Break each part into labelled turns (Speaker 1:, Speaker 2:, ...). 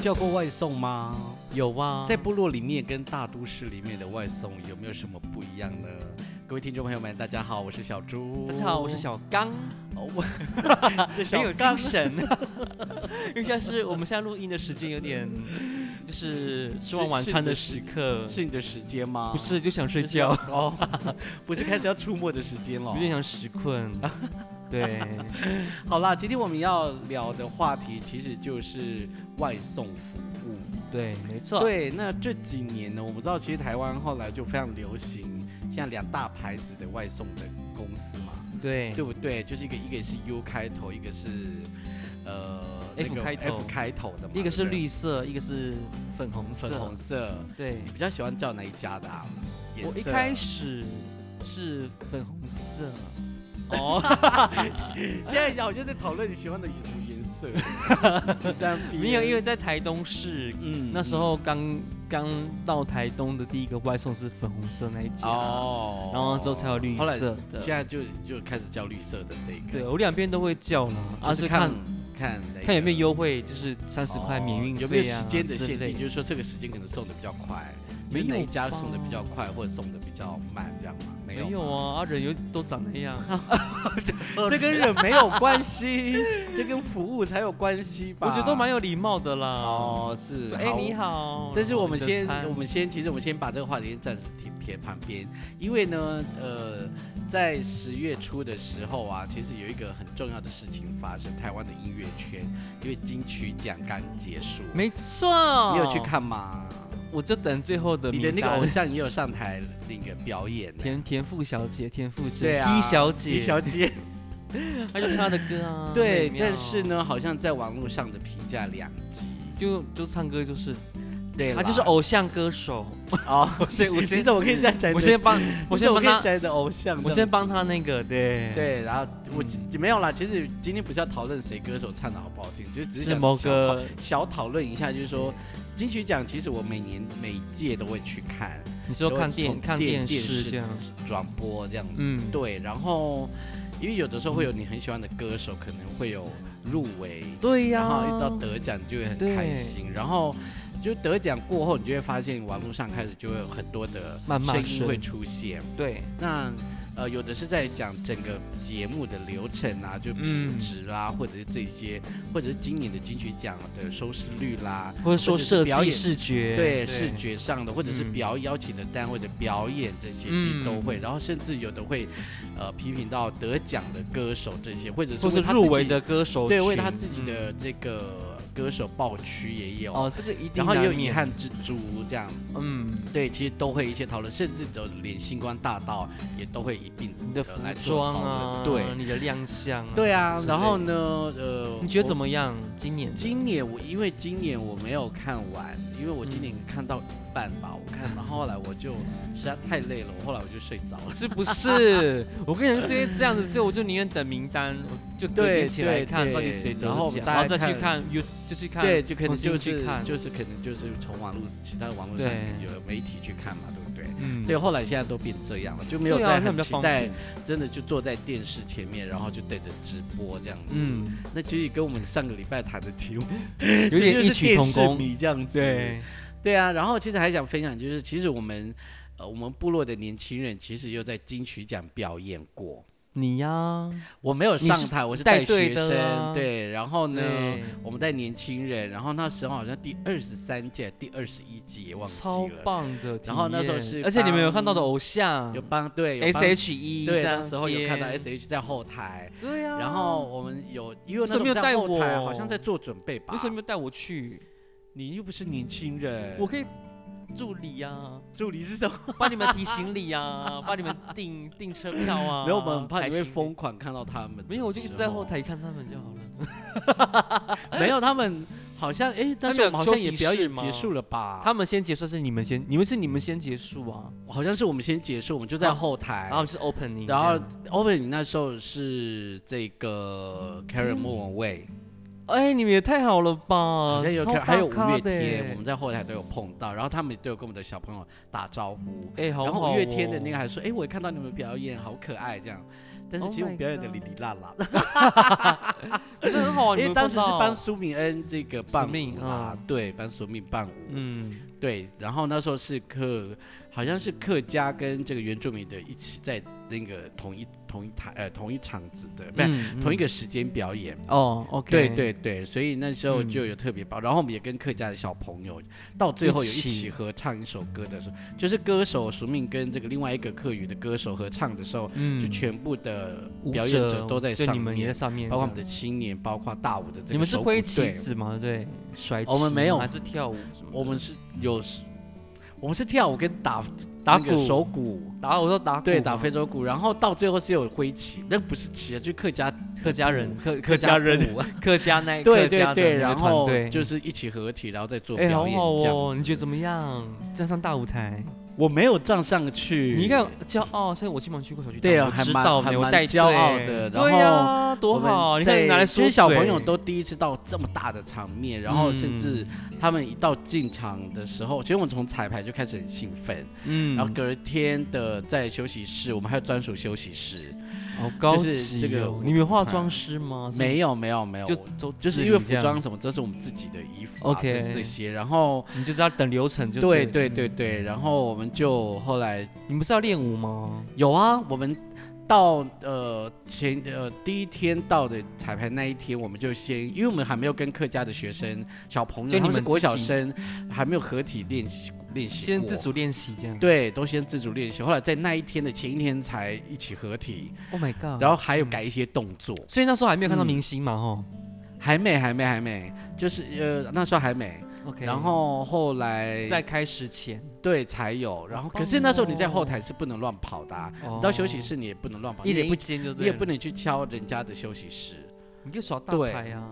Speaker 1: 叫过外送吗？
Speaker 2: 有啊，
Speaker 1: 在部落里面跟大都市里面的外送有没有什么不一样呢？各位听众朋友们，大家好，我是小猪。
Speaker 2: 大家好，我是。小刚，
Speaker 1: 哦， 我
Speaker 2: 很有精神。 因为现在是我们现在录音的时间有点，就是吃完晚餐的时刻，
Speaker 1: 是你的时间吗？
Speaker 2: 不是就想睡
Speaker 1: 就
Speaker 2: 觉，哦
Speaker 1: 哦， 不是开始要出没的时间了
Speaker 2: 有。点想食困。对，
Speaker 1: 好啦，今天我们要聊的话题其实就是外送服务。
Speaker 2: 对，没错。，
Speaker 1: 对，那这几年呢，我们知道其实台湾后来就非常流行，像两大牌子的外送的公司嘛，
Speaker 2: 对，
Speaker 1: 对不对？就是一个一个是 U 开头，一个是呃
Speaker 2: F
Speaker 1: 那个
Speaker 2: 开头
Speaker 1: F 开头的嘛，
Speaker 2: 一个是
Speaker 1: 对不对
Speaker 2: 绿色，一个是粉红色。
Speaker 1: 粉红色，
Speaker 2: 对，
Speaker 1: 你比较喜欢叫哪一家的、啊？颜
Speaker 2: 我一
Speaker 1: 色
Speaker 2: 开始是粉红色。哦，
Speaker 1: 现在好像在讨论你喜欢的衣服颜色， 是这样比
Speaker 2: 没有，因为在台东市
Speaker 1: 嗯
Speaker 2: 那时候刚刚到台东的第一个外送是粉红色那一家，
Speaker 1: 哦，
Speaker 2: 然后之后才有绿
Speaker 1: 后来
Speaker 2: 色
Speaker 1: 现
Speaker 2: 的。
Speaker 1: 在就就开始叫绿色的这
Speaker 2: 对，
Speaker 1: 个，
Speaker 2: 我两边都会叫啦，啊
Speaker 1: 就是看
Speaker 2: 看
Speaker 1: 看那
Speaker 2: 看有没
Speaker 1: 个哦
Speaker 2: 有优惠，就是三十块免运费啊
Speaker 1: 有没有时间的限
Speaker 2: 之类
Speaker 1: 定？就是说这个时间可能送的比较快，
Speaker 2: 没
Speaker 1: 就是哪
Speaker 2: 有
Speaker 1: 一家送的
Speaker 2: 吧
Speaker 1: 比较快，或者送的比较慢，这样吗？没有，
Speaker 2: 没有，啊，啊人又都长那 样，
Speaker 1: 这跟人没有关系， 这跟服务才有关系吧？
Speaker 2: 我觉得都蛮有礼貌的啦。
Speaker 1: 哦，是
Speaker 2: 对，哎你。好。
Speaker 1: 但是我们先
Speaker 2: 然后你的，餐
Speaker 1: 我们先，其实我们先把这个话题暂时停撇旁边，因为呢，呃，在十月初的时候啊，其实有一个很重要的事情发生，台湾的音乐圈，因为金曲奖刚结束，
Speaker 2: 没错，
Speaker 1: 你有去？看吗？
Speaker 2: 我就等最后的
Speaker 1: 你的
Speaker 2: 名
Speaker 1: 那个
Speaker 2: 单
Speaker 1: 偶像也有上台那个表演呢、
Speaker 2: 田田馥小姐，田馥甄
Speaker 1: 对啊，
Speaker 2: ，T 小姐，
Speaker 1: 李小 姐，
Speaker 2: 她就唱她的歌啊。
Speaker 1: 对
Speaker 2: 很，妙
Speaker 1: 但是，呢，好像在网络上的评价两极，
Speaker 2: 就就唱歌就是，
Speaker 1: 对啦，
Speaker 2: 她啊就是偶像歌手，
Speaker 1: 哦，
Speaker 2: 所以我
Speaker 1: 你
Speaker 2: 先
Speaker 1: 怎么可以这样讲你的？
Speaker 2: 我 先帮，我
Speaker 1: 你
Speaker 2: 先
Speaker 1: 怎么
Speaker 2: 帮
Speaker 1: 可以
Speaker 2: 她，
Speaker 1: 讲你的偶像这样子，
Speaker 2: 我先帮她那个，对，，
Speaker 1: 对，然后我其没有啦，其实今天不是要讨论谁歌手唱的好不好听，就只
Speaker 2: 是
Speaker 1: 想
Speaker 2: 某
Speaker 1: 小
Speaker 2: 个
Speaker 1: 讨小讨论一下，就是说金曲奖其实我每年每一届都会去看，
Speaker 2: 你说看电
Speaker 1: 从
Speaker 2: 看
Speaker 1: 电
Speaker 2: 电
Speaker 1: 电视
Speaker 2: 视这样，
Speaker 1: 转播这样子。
Speaker 2: 嗯
Speaker 1: 对，然后因为有的时候会有你很喜欢的歌手，可能会有入围，
Speaker 2: 对呀，
Speaker 1: 然后一直到得奖，你就会很开心。然后就得奖过后，你就会发现网络上开始就会有很多的
Speaker 2: 谩骂
Speaker 1: 声音
Speaker 2: 声
Speaker 1: 会出现。
Speaker 2: 对，
Speaker 1: 那呃，有的是在讲整个节目的流程啊，就品
Speaker 2: 嗯
Speaker 1: 质啊，或者是这些，或者是今年的金曲奖的收视率啦，
Speaker 2: 或者说
Speaker 1: 是
Speaker 2: 设
Speaker 1: 表
Speaker 2: 计
Speaker 1: 演
Speaker 2: 视觉，
Speaker 1: 对视，觉上的，或者是
Speaker 2: 嗯
Speaker 1: 表邀请的单位的表演这些，其实都
Speaker 2: 嗯
Speaker 1: 会。然后甚至有的会，呃，批评到得奖的歌手这些，或者是
Speaker 2: 或是
Speaker 1: 为他
Speaker 2: 入
Speaker 1: 自
Speaker 2: 围
Speaker 1: 己
Speaker 2: 的歌手群，
Speaker 1: 对，为他自己的
Speaker 2: 嗯
Speaker 1: 这个歌手抱屈也有，
Speaker 2: 哦，这个一定
Speaker 1: 然后也有
Speaker 2: 难
Speaker 1: 遗
Speaker 2: 免
Speaker 1: 憾，之珠这样。
Speaker 2: 嗯，
Speaker 1: 对，其实都会一些讨论，甚至都连星光大道也都会一并
Speaker 2: 你的服
Speaker 1: 呃来做
Speaker 2: 装
Speaker 1: 讨
Speaker 2: 啊，
Speaker 1: 论。对，
Speaker 2: 你的亮相啊，
Speaker 1: 对啊。
Speaker 2: 之
Speaker 1: 然后
Speaker 2: 类
Speaker 1: 呢，呃，
Speaker 2: 你觉得怎
Speaker 1: 么？
Speaker 2: 么样？今年的
Speaker 1: 今年我因为今年我没有看完，因为我今年看到一半吧，我
Speaker 2: 嗯
Speaker 1: 看，然后后来我就实在太累了，我后来我就睡着了。
Speaker 2: 是不是？ 我跟你说，因为这样子，所以我就宁愿等名单，我就隔
Speaker 1: 对
Speaker 2: 天起来
Speaker 1: 对
Speaker 2: 看
Speaker 1: 对
Speaker 2: 到底谁得
Speaker 1: 然后我们
Speaker 2: 奖，
Speaker 1: 大
Speaker 2: 然后
Speaker 1: 概
Speaker 2: 再去
Speaker 1: 看
Speaker 2: 看 U，就去看
Speaker 1: 对，就可能
Speaker 2: 重新
Speaker 1: 就
Speaker 2: 去
Speaker 1: 是
Speaker 2: 看，
Speaker 1: 就是可能就是从网络其他的网络上
Speaker 2: 对
Speaker 1: 有媒体去看嘛，对不对？
Speaker 2: 嗯
Speaker 1: 对，后来现在都变这样了，就没有
Speaker 2: 对啊
Speaker 1: 再
Speaker 2: 那
Speaker 1: 很
Speaker 2: 比较
Speaker 1: 期
Speaker 2: 方
Speaker 1: 待
Speaker 2: 便，
Speaker 1: 真的就坐在电视前面，然后就等着直播这样子。
Speaker 2: 嗯，
Speaker 1: 那其实跟我们上个礼拜谈的题目
Speaker 2: 有点
Speaker 1: 就是
Speaker 2: 异曲同
Speaker 1: 电视
Speaker 2: 工，
Speaker 1: 迷这样子。
Speaker 2: 对，
Speaker 1: 对啊，然后其实还想分享，就是其实我们呃我们部落的年轻人其实又在金曲奖表演过。
Speaker 2: 你呀，
Speaker 1: 我没有
Speaker 2: 你
Speaker 1: 上
Speaker 2: 是
Speaker 1: 台，我是
Speaker 2: 带
Speaker 1: 带
Speaker 2: 队
Speaker 1: 学
Speaker 2: 的
Speaker 1: 生，
Speaker 2: 啊
Speaker 1: 对，然后呢
Speaker 2: 对，
Speaker 1: 我们带年轻人，然后那时候好像第二十三届、第二十一届忘记
Speaker 2: 超
Speaker 1: 了，
Speaker 2: 棒的体验，
Speaker 1: 然后那时候是
Speaker 2: 而且你们有看到的
Speaker 1: 帮
Speaker 2: 偶像
Speaker 1: 有帮对有
Speaker 2: S
Speaker 1: 帮
Speaker 2: H E，
Speaker 1: 对，那时候有看到 S H E 在后台，
Speaker 2: 对啊呀，
Speaker 1: 然后我们有因为
Speaker 2: 哦
Speaker 1: 那
Speaker 2: 为什
Speaker 1: 时候
Speaker 2: 么没有
Speaker 1: 在
Speaker 2: 带
Speaker 1: 后台
Speaker 2: 我
Speaker 1: 好像在做准备吧？
Speaker 2: 为什么没有带我去？
Speaker 1: 你又不是年轻人，
Speaker 2: 我可以助理啊呀，
Speaker 1: 助理是什么？
Speaker 2: 帮你们提行李呀， 帮你们订订车票 啊，
Speaker 1: 没有，我们很怕你
Speaker 2: 排
Speaker 1: 会
Speaker 2: 行李
Speaker 1: 疯狂看到他们。
Speaker 2: 没有，我就一直在后。台看他们就好了。
Speaker 1: 没有，他们好像哎，但
Speaker 2: 们
Speaker 1: 是我
Speaker 2: 有
Speaker 1: 们好像
Speaker 2: 休
Speaker 1: 也
Speaker 2: 息
Speaker 1: 表
Speaker 2: 室
Speaker 1: 演
Speaker 2: 吗
Speaker 1: 结束了吧？
Speaker 2: 他们先结束，是你们先，你们是你们先结束啊，
Speaker 1: 好像是我们先结束，我们就在
Speaker 2: 啊嗯
Speaker 1: 后台。
Speaker 2: 然后是 opening，
Speaker 1: 哎然
Speaker 2: 这
Speaker 1: 后
Speaker 2: 样
Speaker 1: Open，你那时候是这个 Karen 莫文蔚，
Speaker 2: 哎，你们也太好了吧！
Speaker 1: 好像有
Speaker 2: 呃超
Speaker 1: 可能还
Speaker 2: 大
Speaker 1: 有五
Speaker 2: 咖
Speaker 1: 月
Speaker 2: 的
Speaker 1: 天，我
Speaker 2: 欸
Speaker 1: 们在后台都有碰到，然后他们也都有跟我们的小朋友打招呼。
Speaker 2: 哎、好好、哦。
Speaker 1: 然后五月天的那个还说，哎、我也看到你们表演，好可爱这样。但是
Speaker 2: Oh
Speaker 1: 其实我
Speaker 2: my
Speaker 1: 们表演的哩
Speaker 2: God
Speaker 1: 哩啦啦，
Speaker 2: 可是很 好啊，你
Speaker 1: 因为
Speaker 2: 们
Speaker 1: 当
Speaker 2: 碰
Speaker 1: 时是
Speaker 2: 到
Speaker 1: 帮苏明恩这个伴舞
Speaker 2: 命
Speaker 1: 啦
Speaker 2: 嗯，
Speaker 1: 对，帮苏明伴舞，
Speaker 2: 嗯
Speaker 1: 对。然后那时候是客，好像是客家跟这个原住民的一起在那个同一同一台呃同一场子的，不是、
Speaker 2: 嗯
Speaker 1: 同一
Speaker 2: 嗯
Speaker 1: 个时间表演。
Speaker 2: 哦，OK，
Speaker 1: 对对对，所以那时候
Speaker 2: 嗯
Speaker 1: 就有特别包，然后我们也跟客家的小朋友到最后有一
Speaker 2: 一起
Speaker 1: 起合唱一首歌的时候，就是歌手署名跟这个另外一个客语的歌手合唱的时候，
Speaker 2: 嗯，
Speaker 1: 就全部的
Speaker 2: 舞
Speaker 1: 表演者都在
Speaker 2: 就
Speaker 1: 上
Speaker 2: 你们也在
Speaker 1: 面，
Speaker 2: 上面，
Speaker 1: 包括我们
Speaker 2: 这
Speaker 1: 的
Speaker 2: 样
Speaker 1: 青年，包括大舞的这
Speaker 2: 你
Speaker 1: 个
Speaker 2: 们是
Speaker 1: 手
Speaker 2: 挥
Speaker 1: 鼓
Speaker 2: 旗
Speaker 1: 队，
Speaker 2: 子吗？对，甩旗
Speaker 1: 我们没有
Speaker 2: 还是跳舞什么的？
Speaker 1: 我们是
Speaker 2: 嗯
Speaker 1: 有，我们是跳舞跟打
Speaker 2: 打
Speaker 1: 那个
Speaker 2: 鼓
Speaker 1: 手鼓。
Speaker 2: 打我说打鼓
Speaker 1: 对，打
Speaker 2: 吗
Speaker 1: 非洲鼓，然后到最后是有挥旗，那不是旗啊，就是客家
Speaker 2: 客家人，客
Speaker 1: 嗯客
Speaker 2: 家人，
Speaker 1: 舞，
Speaker 2: 客家那
Speaker 1: 对
Speaker 2: 客家
Speaker 1: 对对，
Speaker 2: 的那个
Speaker 1: 然
Speaker 2: 团
Speaker 1: 后
Speaker 2: 队
Speaker 1: 就是一起合体，然后再做
Speaker 2: 哎，
Speaker 1: 表
Speaker 2: 好
Speaker 1: 演
Speaker 2: 好
Speaker 1: 这样
Speaker 2: 哦，你觉得怎么样？站上大舞台，
Speaker 1: 我没有站上去，
Speaker 2: 你应该有骄傲，现在我基本上去过小区，
Speaker 1: 对啊
Speaker 2: 我
Speaker 1: 还
Speaker 2: 知
Speaker 1: 蛮
Speaker 2: 道
Speaker 1: 还
Speaker 2: 没有
Speaker 1: 蛮
Speaker 2: 带
Speaker 1: 骄傲
Speaker 2: 队
Speaker 1: 的然
Speaker 2: 对呀，多
Speaker 1: 我们
Speaker 2: 好，你看
Speaker 1: 在
Speaker 2: 你拿来
Speaker 1: 其
Speaker 2: 说
Speaker 1: 实小
Speaker 2: 嘴
Speaker 1: 朋友都第一次到这么大的场面，然
Speaker 2: 嗯
Speaker 1: 后甚至他们一到进场的时候，其实我们从彩排就开始很兴奋，
Speaker 2: 嗯，
Speaker 1: 然后隔天的在休息室，我们还有专属休息室，
Speaker 2: 好高级、
Speaker 1: 就
Speaker 2: 哦，
Speaker 1: 是这个
Speaker 2: 你们有化妆师吗？哦是
Speaker 1: 没有没有没有，
Speaker 2: 就
Speaker 1: 我
Speaker 2: 都
Speaker 1: 就是
Speaker 2: 自
Speaker 1: 因为
Speaker 2: 理
Speaker 1: 服
Speaker 2: 这样
Speaker 1: 装，什么都是我们自己的衣服啊
Speaker 2: OK
Speaker 1: 就是这些，然后
Speaker 2: 你就知道等流程就
Speaker 1: 对
Speaker 2: 对嗯
Speaker 1: 对对对，然后我们就后来
Speaker 2: 了，你们不是要练舞吗？
Speaker 1: 有啊，我们到呃前呃第一天到的彩排那一天，我们就先，因为我们还没有跟客家的学生小朋友，
Speaker 2: 就
Speaker 1: 他
Speaker 2: 你
Speaker 1: 们是
Speaker 2: 们
Speaker 1: 国
Speaker 2: 自
Speaker 1: 小
Speaker 2: 己
Speaker 1: 生，还没有合体练习练习
Speaker 2: 先
Speaker 1: 过
Speaker 2: 自主练习这样。
Speaker 1: 对，都先自主练习，后来在那一天的前一天才一起合体，
Speaker 2: ，Oh my god！
Speaker 1: 然后还有改一些动作，
Speaker 2: 所以那时候还没有看到
Speaker 1: 嗯
Speaker 2: 明星嘛，吼、
Speaker 1: 还没还没还没，就是呃那时候还没，
Speaker 2: OK，
Speaker 1: 然后后来
Speaker 2: 在开始前，
Speaker 1: 对才有，然后可是
Speaker 2: 棒
Speaker 1: 那时候你在后
Speaker 2: 哦
Speaker 1: 台是不能乱跑的啊、
Speaker 2: 哦
Speaker 1: 你到休息室你也不能乱跑，
Speaker 2: 一
Speaker 1: 你也
Speaker 2: 人
Speaker 1: 不
Speaker 2: 一间就
Speaker 1: 你
Speaker 2: 对
Speaker 1: 也
Speaker 2: 了，
Speaker 1: 不能去敲人家的休息室。
Speaker 2: 你就耍大
Speaker 1: 对
Speaker 2: 牌啊！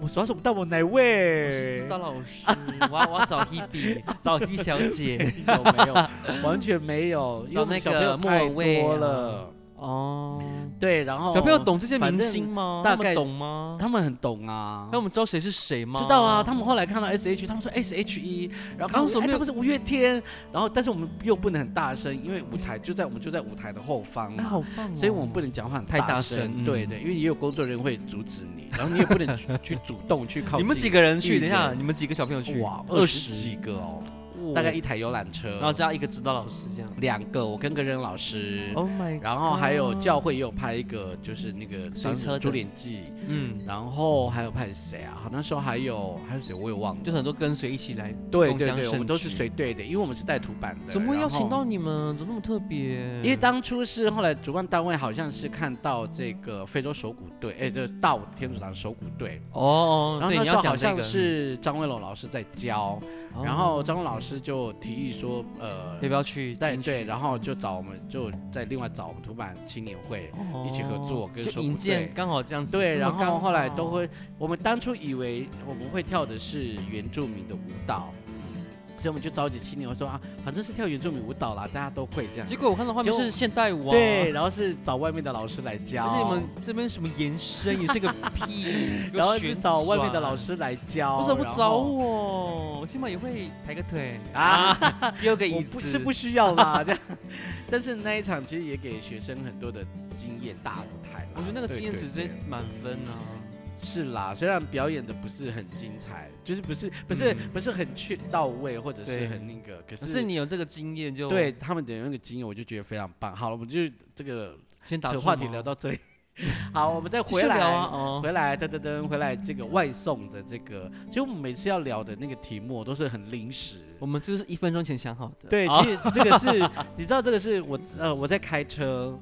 Speaker 1: 我耍什么大我哪
Speaker 2: 我是
Speaker 1: 位
Speaker 2: 指？导老师， 我要我要找 Hebe，找 He 小姐。
Speaker 1: 有 没有？完全没有，因为我们
Speaker 2: 那
Speaker 1: 小朋友
Speaker 2: 个莫文
Speaker 1: 太
Speaker 2: 蔚
Speaker 1: 多
Speaker 2: 啊
Speaker 1: 了。
Speaker 2: 哦，
Speaker 1: 对，然后
Speaker 2: 小朋友，懂这些
Speaker 1: 反
Speaker 2: 明
Speaker 1: 正
Speaker 2: 星吗？
Speaker 1: 大
Speaker 2: 他们
Speaker 1: 概
Speaker 2: 懂吗？
Speaker 1: 他们很懂啊
Speaker 2: 那。我们知道谁是谁吗？
Speaker 1: 知道啊，他们后来看到 S H，他们说 S H E，然后
Speaker 2: 啊
Speaker 1: 他
Speaker 2: 为
Speaker 1: 们
Speaker 2: 什
Speaker 1: 说
Speaker 2: 么
Speaker 1: 哎，
Speaker 2: 没
Speaker 1: 他
Speaker 2: 有
Speaker 1: 们是五月天，然后但是我们又不能很大声，因为舞台就在我们就在舞台的后方嘛，
Speaker 2: 哎，好棒、哦！
Speaker 1: 所以我们不能讲话很
Speaker 2: 太大
Speaker 1: 声。
Speaker 2: 声
Speaker 1: 对
Speaker 2: 嗯
Speaker 1: 对，因为也有工作人员会阻止 你，然后你也不能去去主动去靠
Speaker 2: 你
Speaker 1: 近。
Speaker 2: 们几个人去？
Speaker 1: 艺
Speaker 2: 等一下，
Speaker 1: 人
Speaker 2: 你们几个小朋友去？
Speaker 1: 哇，二
Speaker 2: 二
Speaker 1: 十
Speaker 2: 十
Speaker 1: 几，个哦，大概一台游览车，
Speaker 2: 然后加一个指导老师这样。
Speaker 1: 两个，我跟个任老师，
Speaker 2: Oh my！
Speaker 1: 然后还有教会也有拍一个，就是那个
Speaker 2: 水
Speaker 1: 当时
Speaker 2: 车的
Speaker 1: 朱脸记，
Speaker 2: 嗯，
Speaker 1: 然后还有拍谁啊？好，那时候还有还有谁我也忘了。
Speaker 2: 就是很多跟随一起来，
Speaker 1: 对
Speaker 2: 共
Speaker 1: 对
Speaker 2: 襄
Speaker 1: 对，我们
Speaker 2: 盛
Speaker 1: 都是
Speaker 2: 举
Speaker 1: 随队的，因为我们是带图版的。
Speaker 2: 怎么会邀请
Speaker 1: 然后
Speaker 2: 到你们？怎么那么特别？
Speaker 1: 因为当初是后来主办单位好像是看到这个非洲手鼓队，哎，就是大武天主堂手鼓队，
Speaker 2: 哦，
Speaker 1: 然后
Speaker 2: 对
Speaker 1: 那
Speaker 2: 你
Speaker 1: 时
Speaker 2: 要
Speaker 1: 候
Speaker 2: 讲
Speaker 1: 好
Speaker 2: 这
Speaker 1: 像
Speaker 2: 个，
Speaker 1: 是张威龙老师在教，
Speaker 2: 哦
Speaker 1: 然后张威老师就提议说，呃，
Speaker 2: 要不要去
Speaker 1: 对
Speaker 2: 进
Speaker 1: 对，
Speaker 2: 去
Speaker 1: 然后就找我们就再另外找我们图版青年会，一起合作
Speaker 2: 哦
Speaker 1: 跟
Speaker 2: 就
Speaker 1: 手
Speaker 2: 引
Speaker 1: 鼓队
Speaker 2: 荐刚好这样子，
Speaker 1: 对，
Speaker 2: 那么
Speaker 1: 然后
Speaker 2: 刚
Speaker 1: 后来
Speaker 2: 好
Speaker 1: 都会，我们当初以为我们会跳的是原住民的舞蹈，所以我们就召集青年我说啊，反正是跳原住民舞蹈啦，大家都会这样
Speaker 2: 结。果我看到画
Speaker 1: 结
Speaker 2: 面
Speaker 1: 果
Speaker 2: 是现代舞啊，
Speaker 1: 对，，然后是找外面的老师来教，
Speaker 2: 而且你们这边什么延伸也是 个屁股，
Speaker 1: 然后去找外面的老
Speaker 2: 师。
Speaker 1: 师来教，
Speaker 2: 为什么不
Speaker 1: 然
Speaker 2: 找
Speaker 1: 后
Speaker 2: 我？我起码也会抬个腿
Speaker 1: 啊，
Speaker 2: 丢个
Speaker 1: 我
Speaker 2: 椅
Speaker 1: 不
Speaker 2: 子，
Speaker 1: 是不需要啦，这 样。但是那一场其实也给学生很多的经验，大舞台啦。
Speaker 2: 我觉得那个
Speaker 1: 对
Speaker 2: 经验
Speaker 1: 对
Speaker 2: 值真
Speaker 1: 对
Speaker 2: 满分啊！
Speaker 1: 是啦，虽然表演的不是很精彩，就是不是不是、
Speaker 2: 嗯
Speaker 1: 不是很去到位，或者是
Speaker 2: 对
Speaker 1: 很那个，可
Speaker 2: 可
Speaker 1: 是
Speaker 2: 是你有这个经验就
Speaker 1: 对他们的那个经验，我就觉得非常棒。好了，我们就这个
Speaker 2: 先打
Speaker 1: 扯
Speaker 2: 住
Speaker 1: 话题
Speaker 2: 吗
Speaker 1: 聊到 这里。好，我们再
Speaker 2: 继
Speaker 1: 回
Speaker 2: 续
Speaker 1: 来
Speaker 2: 聊啊，哦，
Speaker 1: 回来，噔噔噔，回来这个外送的这个，其实我们每次要聊的那个题目都是很临时。
Speaker 2: 我们这个是一分钟前想好的，
Speaker 1: 对，
Speaker 2: 啊
Speaker 1: 其实这个是， 你知道这个是我呃我在开车，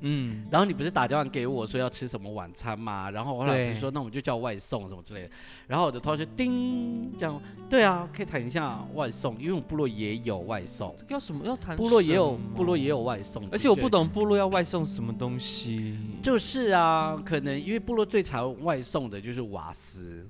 Speaker 2: 嗯，
Speaker 1: 然后你不是打电话给我说要吃什么晚餐嘛？然后我后来
Speaker 2: 对
Speaker 1: 不是说那我们就叫外送什么之类的。然后我的同学叮这样，对啊，可以谈一下外送，因为我们部落也有外送，
Speaker 2: 这个要什么要谈，
Speaker 1: 部落也有部落也，有外送，
Speaker 2: 而且我不
Speaker 1: 对对。
Speaker 2: 懂部落要外送什么东西，
Speaker 1: 就是啊，可能因为部落最常外送的就是瓦斯，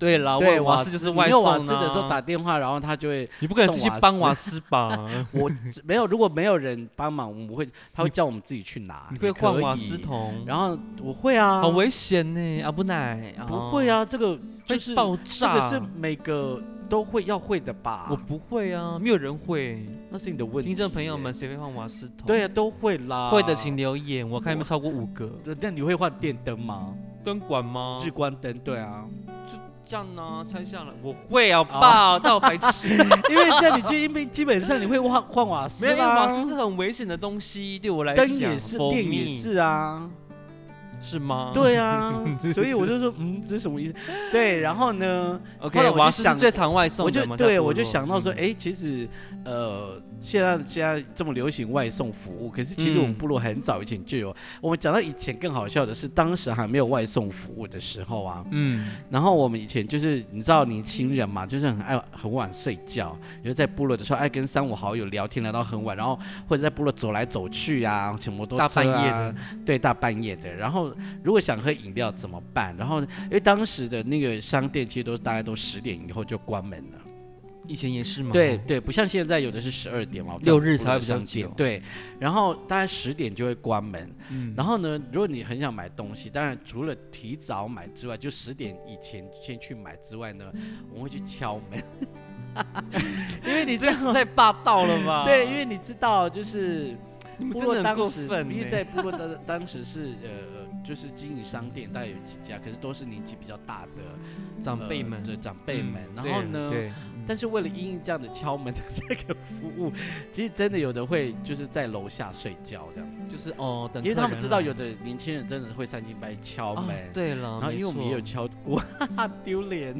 Speaker 2: 对啦，
Speaker 1: 对，
Speaker 2: 问
Speaker 1: 瓦
Speaker 2: 斯就是
Speaker 1: 你
Speaker 2: 外
Speaker 1: 没有
Speaker 2: 送
Speaker 1: 瓦斯的时候
Speaker 2: 啊
Speaker 1: 打电话，然后他就会
Speaker 2: 你不可能自己
Speaker 1: 送瓦
Speaker 2: 帮
Speaker 1: 斯啊
Speaker 2: 瓦斯 吧？
Speaker 1: 我没有，如果没有人帮忙，我们会他会叫我们自己去拿，
Speaker 2: 你
Speaker 1: 也
Speaker 2: 会
Speaker 1: 可
Speaker 2: 换瓦斯
Speaker 1: 以
Speaker 2: 桶，哦
Speaker 1: 然后我会啊，
Speaker 2: 好危险呢，阿布奶。
Speaker 1: 不会
Speaker 2: 啊，
Speaker 1: 啊，这个
Speaker 2: 会
Speaker 1: 就是
Speaker 2: 爆
Speaker 1: 这个
Speaker 2: 炸。
Speaker 1: 是每个都会要会的吧？
Speaker 2: 我不会啊，没有人会。
Speaker 1: 那是你的问题。
Speaker 2: 听众朋友们，，谁会换瓦斯桶？
Speaker 1: 对啊，都会啦。
Speaker 2: 会的请留言，我看有没有超过五个。
Speaker 1: 对。那你会换电灯吗？
Speaker 2: 灯管吗
Speaker 1: 日？光灯，对啊，
Speaker 2: 这样呢，拆下来。我会
Speaker 1: 哦
Speaker 2: 啊，爸，但我白 痴。
Speaker 1: 因为这样你就因为基本上你会换换瓦斯啊
Speaker 2: 没有，因为
Speaker 1: 啦
Speaker 2: 瓦斯是很危险的东西，对我来讲。
Speaker 1: 灯也是，
Speaker 2: for
Speaker 1: 电也
Speaker 2: me
Speaker 1: 是啊。
Speaker 2: 是吗？
Speaker 1: 对啊，所以我就说，嗯，这是什么意思？对，然后呢，后来
Speaker 2: ，OK，
Speaker 1: 我就
Speaker 2: 瓦斯是
Speaker 1: 想
Speaker 2: 最常外送
Speaker 1: 我
Speaker 2: 的
Speaker 1: 就
Speaker 2: 嘛在
Speaker 1: 对
Speaker 2: 部
Speaker 1: 我就
Speaker 2: 落
Speaker 1: 想到说，
Speaker 2: 嗯
Speaker 1: 哎，其实呃，现在现在这么流行外送服务，可是其实我们
Speaker 2: 嗯
Speaker 1: 部落很早以前就有。我们讲到以前更好笑的是，当时还没有外送服务的时候啊，
Speaker 2: 嗯，
Speaker 1: 然后我们以前就是你知道年轻人嘛，就是很爱很晚睡觉，就是在部落的时候爱跟三五好友聊天聊到很晚，然后或者在部落走来走去啊，骑摩托车、
Speaker 2: 大
Speaker 1: 啊、
Speaker 2: 半夜的，
Speaker 1: 对，大半夜的。然后如果想喝饮料怎么办？然后因为当时的那个商店其实都大概都十点以后就关门了。
Speaker 2: 以前也是吗？
Speaker 1: 对，对，不像现在有的是十二点嘛，我在
Speaker 2: 六
Speaker 1: 我们
Speaker 2: 日
Speaker 1: 部
Speaker 2: 才
Speaker 1: 落
Speaker 2: 会比较
Speaker 1: 商店
Speaker 2: 久
Speaker 1: 对，然后大概十点就会关门。
Speaker 2: 嗯，
Speaker 1: 然后呢，如果你很想买东西，当然除了提早买之外，就十点以前先去买之外呢，我们会去敲门。因为你
Speaker 2: 你
Speaker 1: 知
Speaker 2: 这样
Speaker 1: 道，
Speaker 2: 太霸道了吧？
Speaker 1: 对，因为你知道 就是。
Speaker 2: 你们
Speaker 1: 部落
Speaker 2: 啊真的很
Speaker 1: 当
Speaker 2: 过
Speaker 1: 时，
Speaker 2: 分欸
Speaker 1: 因为
Speaker 2: 呢
Speaker 1: 在部落当当时是呃，呃就是经营商店，大概有几家，可是都是年纪比较大的
Speaker 2: 长辈
Speaker 1: 呃
Speaker 2: 们，
Speaker 1: 对长辈
Speaker 2: 嗯
Speaker 1: 们。然
Speaker 2: 对
Speaker 1: 后呢，
Speaker 2: 对，
Speaker 1: 但是为了因应这样的敲门的这个服务， 其实真的有的会就是在楼下睡觉这样子，
Speaker 2: 就是哦，等
Speaker 1: 因为
Speaker 2: 客
Speaker 1: 他们
Speaker 2: 人
Speaker 1: 知道
Speaker 2: 来
Speaker 1: 有的年轻人真的会三更半夜敲
Speaker 2: 哦
Speaker 1: 门。
Speaker 2: 对了，
Speaker 1: 然后因为我们也有敲过， 哈哈丢脸，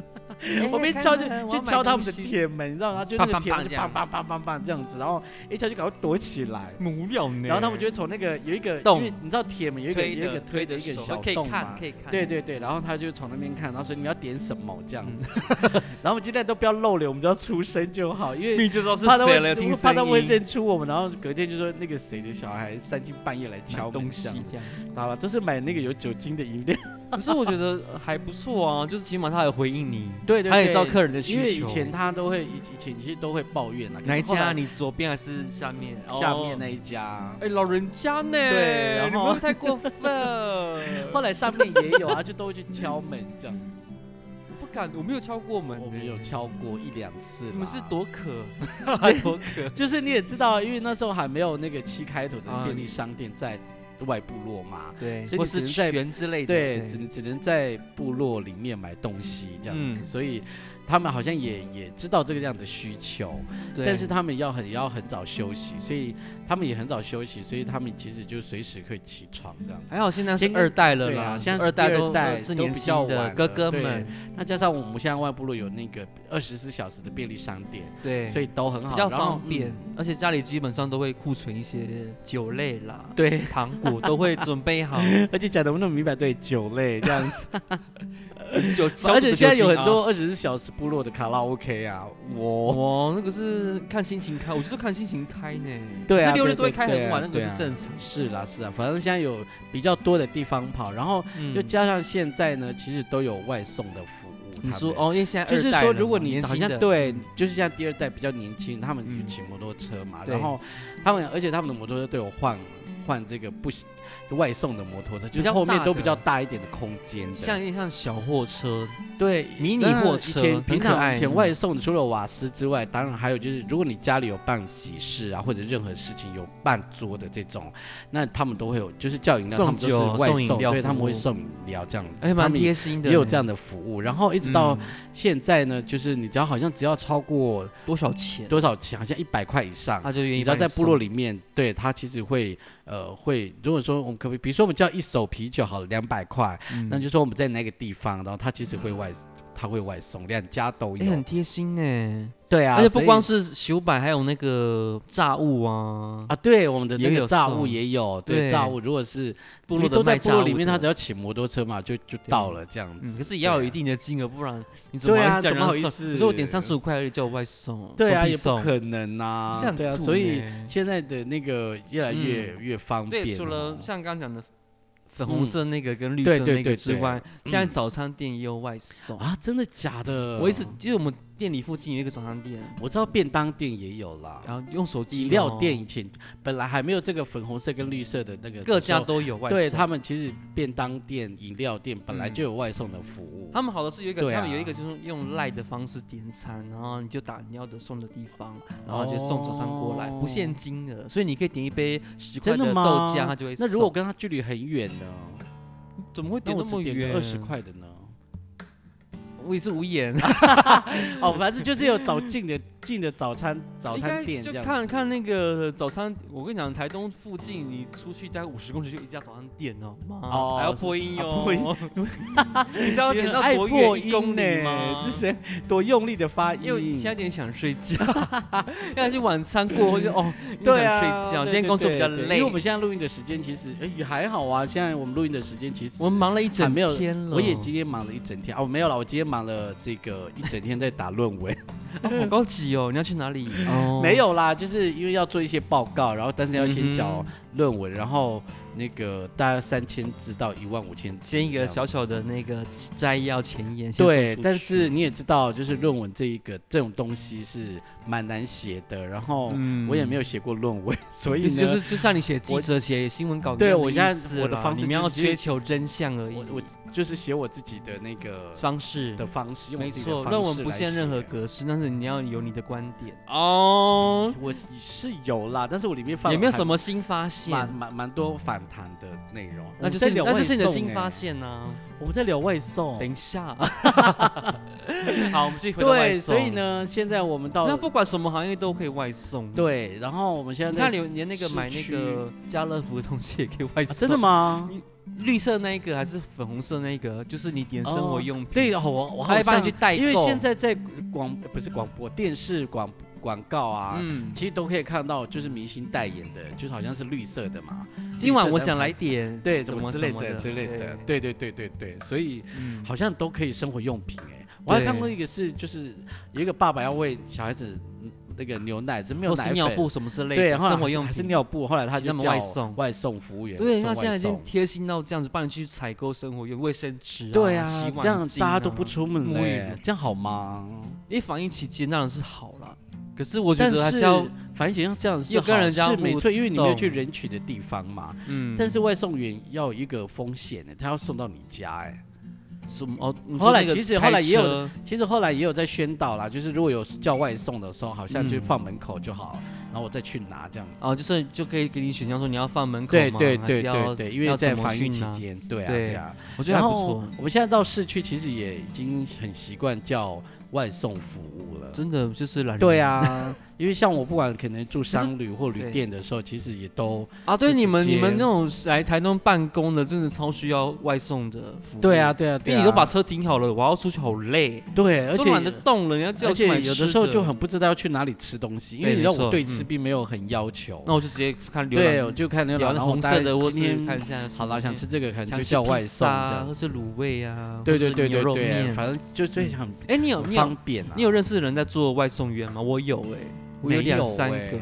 Speaker 2: 有
Speaker 1: 我被敲
Speaker 2: 哎
Speaker 1: 就就敲哎他们的，铁门，你知道吗？就那个
Speaker 2: 砰砰
Speaker 1: 铁门
Speaker 2: 砰
Speaker 1: 就
Speaker 2: 这样
Speaker 1: 砰砰砰砰砰这样子，然后一敲就赶快躲起来。
Speaker 2: 很无聊呢。
Speaker 1: 然后他们就会从那个有一个，因
Speaker 2: 洞
Speaker 1: 为你知道铁门有一个有一个推的一个
Speaker 2: 手
Speaker 1: 小
Speaker 2: 可以
Speaker 1: 洞
Speaker 2: 看
Speaker 1: 嘛
Speaker 2: 可，以看，
Speaker 1: 对，对对，然后他就从那边看，然后说你要点什么这样
Speaker 2: 嗯
Speaker 1: 子， 然后我们今天都不要露脸，我们就要出声就好，因为
Speaker 2: 命就知道是
Speaker 1: 怕他
Speaker 2: 谁
Speaker 1: 会
Speaker 2: 了，听
Speaker 1: 怕他
Speaker 2: 声
Speaker 1: 会
Speaker 2: 音
Speaker 1: 认出我们，然后隔天就说那个谁的小孩三更半夜来
Speaker 2: 买
Speaker 1: 敲门
Speaker 2: 东
Speaker 1: 这
Speaker 2: 西
Speaker 1: 样。
Speaker 2: 这样。
Speaker 1: 好了，都是买那个有酒精的饮料，
Speaker 2: 可是我觉得呃还不错啊，就是起码他有回应你，
Speaker 1: 对对
Speaker 2: 他也
Speaker 1: 对
Speaker 2: 知道客人的需求。
Speaker 1: 因为以前他都会以以前其实都会抱怨啊，可是
Speaker 2: 哪一
Speaker 1: 后来
Speaker 2: 家？你左边还是下面？
Speaker 1: 下
Speaker 2: 哦
Speaker 1: 面那一家。
Speaker 2: 哎，老人家呢？
Speaker 1: 对然
Speaker 2: 你们会不
Speaker 1: 后
Speaker 2: 会太 过分。
Speaker 1: 后来上面也有啊，就都会去敲门这样。嗯
Speaker 2: 不敢，我没有敲过门呢。欸
Speaker 1: 我们有敲过一两次啦。
Speaker 2: 你们是多 渴，多渴。
Speaker 1: 就是你也知道，因为那时候还没有那个七开头的
Speaker 2: 啊
Speaker 1: 便利商店在外部落嘛，
Speaker 2: 对
Speaker 1: 所以
Speaker 2: 或
Speaker 1: 你只
Speaker 2: 是
Speaker 1: 能在
Speaker 2: 泉之类的。
Speaker 1: 对，只能只能在部落里面买东西这样子，
Speaker 2: 嗯
Speaker 1: 所以他们好像也也知道这个样的需求，
Speaker 2: 对
Speaker 1: 但是他们要很要很早休息，所以他们也很早休息，所以他们其实就随时可以起床这样。
Speaker 2: 还好现在是
Speaker 1: 先跟
Speaker 2: 二代了
Speaker 1: 对
Speaker 2: 啦，
Speaker 1: 啊现在
Speaker 2: 二
Speaker 1: 是
Speaker 2: 代
Speaker 1: 第二
Speaker 2: 都
Speaker 1: 代
Speaker 2: 呃是
Speaker 1: 都
Speaker 2: 年
Speaker 1: 比较
Speaker 2: 轻的
Speaker 1: 晚
Speaker 2: 哥
Speaker 1: 了
Speaker 2: 哥
Speaker 1: 对
Speaker 2: 们，
Speaker 1: 那加上我们现在外部落有那个二十四小时的便利商店，
Speaker 2: 对，
Speaker 1: 所以都很好，
Speaker 2: 比较
Speaker 1: 啊然后
Speaker 2: 方便，
Speaker 1: 嗯
Speaker 2: 而且家里基本上都会库存一些酒类啦、
Speaker 1: 对，
Speaker 2: 糖果都会准备 好，
Speaker 1: 嗯而且讲的那么明白，对酒类这样子。
Speaker 2: 酒，消
Speaker 1: 而
Speaker 2: 毒
Speaker 1: 且
Speaker 2: 的
Speaker 1: 现在
Speaker 2: 酒
Speaker 1: 有很
Speaker 2: 精啊。
Speaker 1: 多二十四小时部落的卡拉 OK 啊，我
Speaker 2: 哇，哦那个是看心情开，我就是看心情开呢。
Speaker 1: 对啊
Speaker 2: 这六日
Speaker 1: 对
Speaker 2: 都会
Speaker 1: 对
Speaker 2: 开
Speaker 1: 对
Speaker 2: 很
Speaker 1: 啊
Speaker 2: 晚，那个
Speaker 1: 对
Speaker 2: 是
Speaker 1: 啊
Speaker 2: 正常。
Speaker 1: 是啦是啦，反正现在有比较多的地方跑，然后
Speaker 2: 嗯
Speaker 1: 又加上现在呢，其实都有外送的服务。
Speaker 2: 你
Speaker 1: 他
Speaker 2: 说
Speaker 1: 们，
Speaker 2: 哦，因为现在
Speaker 1: 就是
Speaker 2: 二代
Speaker 1: 说
Speaker 2: 了
Speaker 1: 如果
Speaker 2: 嘛
Speaker 1: 你
Speaker 2: 年
Speaker 1: 好
Speaker 2: 轻
Speaker 1: 像
Speaker 2: 的
Speaker 1: 对，就是像第二代比较年轻，他们就
Speaker 2: 嗯
Speaker 1: 骑摩托车嘛，
Speaker 2: 对
Speaker 1: 然后他们而且他们的摩托车都有换换这个不外送的摩托车，就
Speaker 2: 比
Speaker 1: 是
Speaker 2: 较
Speaker 1: 后面
Speaker 2: 大
Speaker 1: 都比
Speaker 2: 的
Speaker 1: 较大一点的空间的，
Speaker 2: 像一像小货车，
Speaker 1: 对，
Speaker 2: 迷你
Speaker 1: 那
Speaker 2: 货
Speaker 1: 以
Speaker 2: 车
Speaker 1: 前
Speaker 2: 很
Speaker 1: 平
Speaker 2: 可
Speaker 1: 常
Speaker 2: 爱
Speaker 1: 以前
Speaker 2: 呢
Speaker 1: 外送除了瓦斯之外，当然还有就是，如果你家里有办喜事啊，或者任何事情有办桌的这种，那他们都会有，就是叫饮料，他
Speaker 2: 送
Speaker 1: 们都是
Speaker 2: 酒
Speaker 1: 外
Speaker 2: 送饮
Speaker 1: 送，
Speaker 2: 料
Speaker 1: 对，
Speaker 2: 服
Speaker 1: 他们会
Speaker 2: 务
Speaker 1: 送饮料这样子，
Speaker 2: 哎，
Speaker 1: 他
Speaker 2: 蛮
Speaker 1: 们
Speaker 2: 贴
Speaker 1: 也
Speaker 2: 心的。
Speaker 1: 也有这样的服务。然后一
Speaker 2: 嗯，
Speaker 1: 直到现在呢，就是你只要好像只要超过
Speaker 2: 多少钱，
Speaker 1: 多少钱，好像一百块以上。
Speaker 2: 他就愿
Speaker 1: 啊你
Speaker 2: 意
Speaker 1: 知道
Speaker 2: 帮
Speaker 1: 在部
Speaker 2: 送
Speaker 1: 落里面，对他其实会，呃，会如果说我们可不可以，比如说我们叫一手啤酒好了，两百块，
Speaker 2: 嗯
Speaker 1: 那就说我们在哪个地方，然后他其实会外，他会外送，两家都
Speaker 2: 哎、
Speaker 1: 有。
Speaker 2: 很贴心呢、
Speaker 1: 对啊，
Speaker 2: 而且不光
Speaker 1: 所
Speaker 2: 是修板，还有那个炸物啊
Speaker 1: 以，啊，对我们的那
Speaker 2: 也
Speaker 1: 个
Speaker 2: 有
Speaker 1: 炸物
Speaker 2: 送
Speaker 1: 也有，
Speaker 2: 对
Speaker 1: 对炸物，如果是
Speaker 2: 部
Speaker 1: 因
Speaker 2: 落
Speaker 1: 为
Speaker 2: 的
Speaker 1: 都在
Speaker 2: 卖
Speaker 1: 部
Speaker 2: 炸
Speaker 1: 落
Speaker 2: 物
Speaker 1: 里面，
Speaker 2: 的
Speaker 1: 他只要骑摩托车嘛，就就到了这样
Speaker 2: 嗯，
Speaker 1: 子。
Speaker 2: 可是也要有
Speaker 1: 对
Speaker 2: 一
Speaker 1: 啊
Speaker 2: 定的金额，不然你怎么
Speaker 1: 对
Speaker 2: 好意
Speaker 1: 啊
Speaker 2: 思叫
Speaker 1: 怎
Speaker 2: 人
Speaker 1: 么
Speaker 2: 家
Speaker 1: 好意
Speaker 2: 送？
Speaker 1: 思
Speaker 2: 你说我点三十五块而已，叫我外送，
Speaker 1: 对啊，
Speaker 2: 手臂
Speaker 1: 也不
Speaker 2: 送
Speaker 1: 可能啊
Speaker 2: 这样，
Speaker 1: 对啊，
Speaker 2: 很
Speaker 1: 所
Speaker 2: 酷
Speaker 1: 以
Speaker 2: 呢
Speaker 1: 现在的那个越来越越方便
Speaker 2: 嗯对，
Speaker 1: 哦。
Speaker 2: 除了像刚刚讲的粉红色那个跟绿色
Speaker 1: 对对
Speaker 2: 那
Speaker 1: 对
Speaker 2: 个之
Speaker 1: 对
Speaker 2: 外，现在
Speaker 1: 嗯
Speaker 2: 早餐店也有外送。
Speaker 1: 啊，真的假的？
Speaker 2: 我一直因为我们店里附近有一个早餐店，
Speaker 1: 我知道便当店也有啦，
Speaker 2: 然后用手机哦
Speaker 1: 饮料
Speaker 2: 咯
Speaker 1: 店以前本来还没有这个粉红色跟绿色的那个的时候，
Speaker 2: 各家都有外送。
Speaker 1: 对他们其实便当店、饮料店本来
Speaker 2: 嗯
Speaker 1: 就有外送的服务。
Speaker 2: 他们好的是有一个，
Speaker 1: 对啊
Speaker 2: 他们有一个就是用赖的方式点餐，然后你就打你要的送的地方，然后就送早餐过来，不限金额，所以你可以点一杯十块
Speaker 1: 哦真的
Speaker 2: 豆
Speaker 1: 吗
Speaker 2: 浆，他就会送。
Speaker 1: 那如果跟他距离很远呢？
Speaker 2: 怎么会
Speaker 1: 那
Speaker 2: 点
Speaker 1: 我
Speaker 2: 那
Speaker 1: 只
Speaker 2: 么
Speaker 1: 点
Speaker 2: 远？啊
Speaker 1: 个二十，块的呢？
Speaker 2: 我也是无 言。
Speaker 1: 哦，反正就是有找近的近的早餐早
Speaker 2: 应
Speaker 1: 餐
Speaker 2: 该
Speaker 1: 店这
Speaker 2: 哎就
Speaker 1: 样子。
Speaker 2: 看看那个早餐，我跟你讲，台东附近你出去大概五十公尺就一家早餐店哦，妈
Speaker 1: 哦
Speaker 2: 还要破音
Speaker 1: 啊
Speaker 2: 哦，
Speaker 1: 破音
Speaker 2: 你知道点到
Speaker 1: 哎 爱
Speaker 2: 多
Speaker 1: 破
Speaker 2: 远一
Speaker 1: 音
Speaker 2: 公里
Speaker 1: 呢
Speaker 2: 吗？？
Speaker 1: 这谁多用力的发
Speaker 2: 因为
Speaker 1: 音
Speaker 2: 现？在有点想睡觉， 要是晚餐过后就哦，有
Speaker 1: 嗯对
Speaker 2: 点
Speaker 1: 啊，
Speaker 2: 想睡觉，
Speaker 1: 对
Speaker 2: 今天
Speaker 1: 对
Speaker 2: 工作比
Speaker 1: 对
Speaker 2: 较
Speaker 1: 对
Speaker 2: 累。
Speaker 1: 因为我们现在录音的时间其实哎也还好啊，现在我们录音的时间其实
Speaker 2: 我们忙了一
Speaker 1: 还
Speaker 2: 整
Speaker 1: 没有
Speaker 2: 天了，
Speaker 1: 我也今天忙了一整天啊，我没有了，我今天忙了这个一整天在打论文，
Speaker 2: 哦好高级哦。你要去哪里？哦，
Speaker 1: 嗯没有啦，就是因为要做一些报告，然后但是要先
Speaker 2: 嗯
Speaker 1: 交
Speaker 2: 哼
Speaker 1: 论文，然后那个大概三千字到一万五千字这
Speaker 2: 先
Speaker 1: 样子，
Speaker 2: 一个小小的那个摘要前言。先
Speaker 1: 对
Speaker 2: 送，出
Speaker 1: 但
Speaker 2: 去
Speaker 1: 是你也知道，就是论文这一个这种东西是蛮难写的，然后
Speaker 2: 嗯
Speaker 1: 我也没有写过论文，所以
Speaker 2: 就
Speaker 1: 呢，
Speaker 2: 是就是就像你写记
Speaker 1: 我
Speaker 2: 者写新闻稿一
Speaker 1: 对
Speaker 2: 样的
Speaker 1: 我
Speaker 2: 意
Speaker 1: 现在
Speaker 2: 思
Speaker 1: 我的
Speaker 2: 啦
Speaker 1: 方式
Speaker 2: 你们
Speaker 1: 就
Speaker 2: 要
Speaker 1: 是
Speaker 2: 追求真相而已
Speaker 1: 我，我就是写我自己的那个
Speaker 2: 方式
Speaker 1: 的方式，用
Speaker 2: 没
Speaker 1: 我自己的
Speaker 2: 错，
Speaker 1: 方
Speaker 2: 论文
Speaker 1: 式
Speaker 2: 不
Speaker 1: 来
Speaker 2: 限任何
Speaker 1: 写。
Speaker 2: 格式，但是你要有你的观点哦，
Speaker 1: 我是有啦，但是我里面放
Speaker 2: 也没有
Speaker 1: 了
Speaker 2: 什么新发现，
Speaker 1: 蛮蛮蛮多反弹的内容。
Speaker 2: 那就
Speaker 1: 我们
Speaker 2: 是
Speaker 1: 在
Speaker 2: 你
Speaker 1: 聊
Speaker 2: 那
Speaker 1: 外
Speaker 2: 就是你的
Speaker 1: 送
Speaker 2: 新发
Speaker 1: 欸，
Speaker 2: 现呢。
Speaker 1: 我们在聊外送
Speaker 2: 等。一下，好，我们继续回到外
Speaker 1: 对，
Speaker 2: 送。
Speaker 1: 所以，呢，现在我们到
Speaker 2: 那不管什么行业都可以外送。，
Speaker 1: 对，然后我们现在
Speaker 2: 你看
Speaker 1: 在
Speaker 2: 连连那个
Speaker 1: 市
Speaker 2: 买那个家乐福的东西也可以外
Speaker 1: 啊
Speaker 2: 送。
Speaker 1: 真的？吗？
Speaker 2: 绿色那一个还是粉红色那一个？就是你点生活
Speaker 1: 哦
Speaker 2: 用品。
Speaker 1: 对，哦我我
Speaker 2: 它
Speaker 1: 好
Speaker 2: 会帮
Speaker 1: 像
Speaker 2: 你去代购。
Speaker 1: 因为现，在在广不是广播电视广广告啊，
Speaker 2: 嗯，
Speaker 1: 其实都可以看到，就是明星代言的，就是好像是绿色的嘛。
Speaker 2: 今晚
Speaker 1: 绿色
Speaker 2: 我
Speaker 1: 的
Speaker 2: 想来
Speaker 1: 牌子
Speaker 2: 点，
Speaker 1: 嗯对
Speaker 2: 怎
Speaker 1: 怎么
Speaker 2: 么
Speaker 1: 之
Speaker 2: 什
Speaker 1: 类
Speaker 2: 么
Speaker 1: 的
Speaker 2: 的
Speaker 1: 之类的，对对对对对，所以
Speaker 2: 嗯，
Speaker 1: 好像都可以生活用品哎、我还看过一个是就是有一个爸爸要喂小孩子嗯那个牛奶，只是没有
Speaker 2: 或是
Speaker 1: 奶
Speaker 2: 尿
Speaker 1: 粉。
Speaker 2: 布什么之类的，
Speaker 1: 对，后来
Speaker 2: 生活
Speaker 1: 还是
Speaker 2: 用
Speaker 1: 还是
Speaker 2: 品。
Speaker 1: 尿布，后来他
Speaker 2: 请
Speaker 1: 就
Speaker 2: 他们
Speaker 1: 叫
Speaker 2: 外送
Speaker 1: 外送服务员
Speaker 2: 对，
Speaker 1: 送
Speaker 2: 那现在
Speaker 1: 外
Speaker 2: 已经
Speaker 1: 送。
Speaker 2: 贴心到这样子，帮你去采购生活用卫生纸啊、
Speaker 1: 对啊
Speaker 2: 洗碗，
Speaker 1: 这样
Speaker 2: 巾
Speaker 1: 大家都
Speaker 2: 啊
Speaker 1: 不出门
Speaker 2: 沐
Speaker 1: 了
Speaker 2: 浴
Speaker 1: 欸
Speaker 2: 乳，
Speaker 1: 这样好吗？
Speaker 2: 因为防疫期间当然是好了，可是我觉
Speaker 1: 但
Speaker 2: 得还是要，
Speaker 1: 反正这样是
Speaker 2: 要跟
Speaker 1: 好
Speaker 2: 人家
Speaker 1: 是没
Speaker 2: 互
Speaker 1: 错，因为你没有去
Speaker 2: 动
Speaker 1: 人群的地方嘛。
Speaker 2: 嗯，
Speaker 1: 但是外送员要有一个风险的，他要送到你家哎。
Speaker 2: 什么哦？你
Speaker 1: 后
Speaker 2: 说
Speaker 1: 来
Speaker 2: 那个
Speaker 1: 其实
Speaker 2: 开
Speaker 1: 后来也有
Speaker 2: 车
Speaker 1: 其实后来也有在宣导啦，就是如果有叫外送的时候，好像就
Speaker 2: 嗯
Speaker 1: 放门口就好，然后我再去拿这样子。
Speaker 2: 哦，就是就可以给你选项说你要放门口
Speaker 1: 对
Speaker 2: 吗
Speaker 1: 对
Speaker 2: 还
Speaker 1: 对
Speaker 2: 是要
Speaker 1: 对对，因为
Speaker 2: 要
Speaker 1: 在
Speaker 2: 怎么
Speaker 1: 防疫
Speaker 2: 训
Speaker 1: 期
Speaker 2: 啊
Speaker 1: 间，对啊
Speaker 2: 对
Speaker 1: 对啊。
Speaker 2: 我觉得
Speaker 1: 然
Speaker 2: 还不
Speaker 1: 后
Speaker 2: 错，
Speaker 1: 我们现在到市区，其实也已经很习惯叫外送服务了。
Speaker 2: 真的就是懒人
Speaker 1: 对啊，因为像我不管可能住商旅或旅
Speaker 2: 对
Speaker 1: 店的时候，其实也都
Speaker 2: 啊，对
Speaker 1: 就
Speaker 2: 你
Speaker 1: 直
Speaker 2: 们你们
Speaker 1: 接
Speaker 2: 那种来台东办公的，真的超需要外送的服务。
Speaker 1: 对啊，对啊
Speaker 2: 因
Speaker 1: 对
Speaker 2: 为
Speaker 1: 啊，
Speaker 2: 你都把车停好了，我要出去好累，
Speaker 1: 对，而
Speaker 2: 都
Speaker 1: 且
Speaker 2: 懒得动了，你要叫
Speaker 1: 而
Speaker 2: 我去买
Speaker 1: 且有
Speaker 2: 吃
Speaker 1: 的时候就很不知道要去哪里吃东西，因为
Speaker 2: 对
Speaker 1: 你知道
Speaker 2: 没错
Speaker 1: 我对吃
Speaker 2: 嗯
Speaker 1: 并没有很要求。
Speaker 2: 那我就直接看浏
Speaker 1: 对，
Speaker 2: 览
Speaker 1: 我就看那
Speaker 2: 浏
Speaker 1: 个
Speaker 2: 览红色的，或是看一下有什
Speaker 1: 好
Speaker 2: 么
Speaker 1: 了，想
Speaker 2: 东西
Speaker 1: 吃这个可能
Speaker 2: 想
Speaker 1: 就
Speaker 2: 吃
Speaker 1: 叫
Speaker 2: 披
Speaker 1: 外送
Speaker 2: 萨啊
Speaker 1: 这样
Speaker 2: 或。是卤味啊，
Speaker 1: 对
Speaker 2: 或
Speaker 1: 对
Speaker 2: 是
Speaker 1: 对
Speaker 2: 牛
Speaker 1: 对
Speaker 2: 肉
Speaker 1: 对，
Speaker 2: 面
Speaker 1: 反正就最想
Speaker 2: 哎，你有
Speaker 1: 很
Speaker 2: 你
Speaker 1: 方
Speaker 2: 有
Speaker 1: 便啊。
Speaker 2: 你有认识的人在做外送员吗？我有哎，我有
Speaker 1: 没
Speaker 2: 两三
Speaker 1: 欸
Speaker 2: 个。，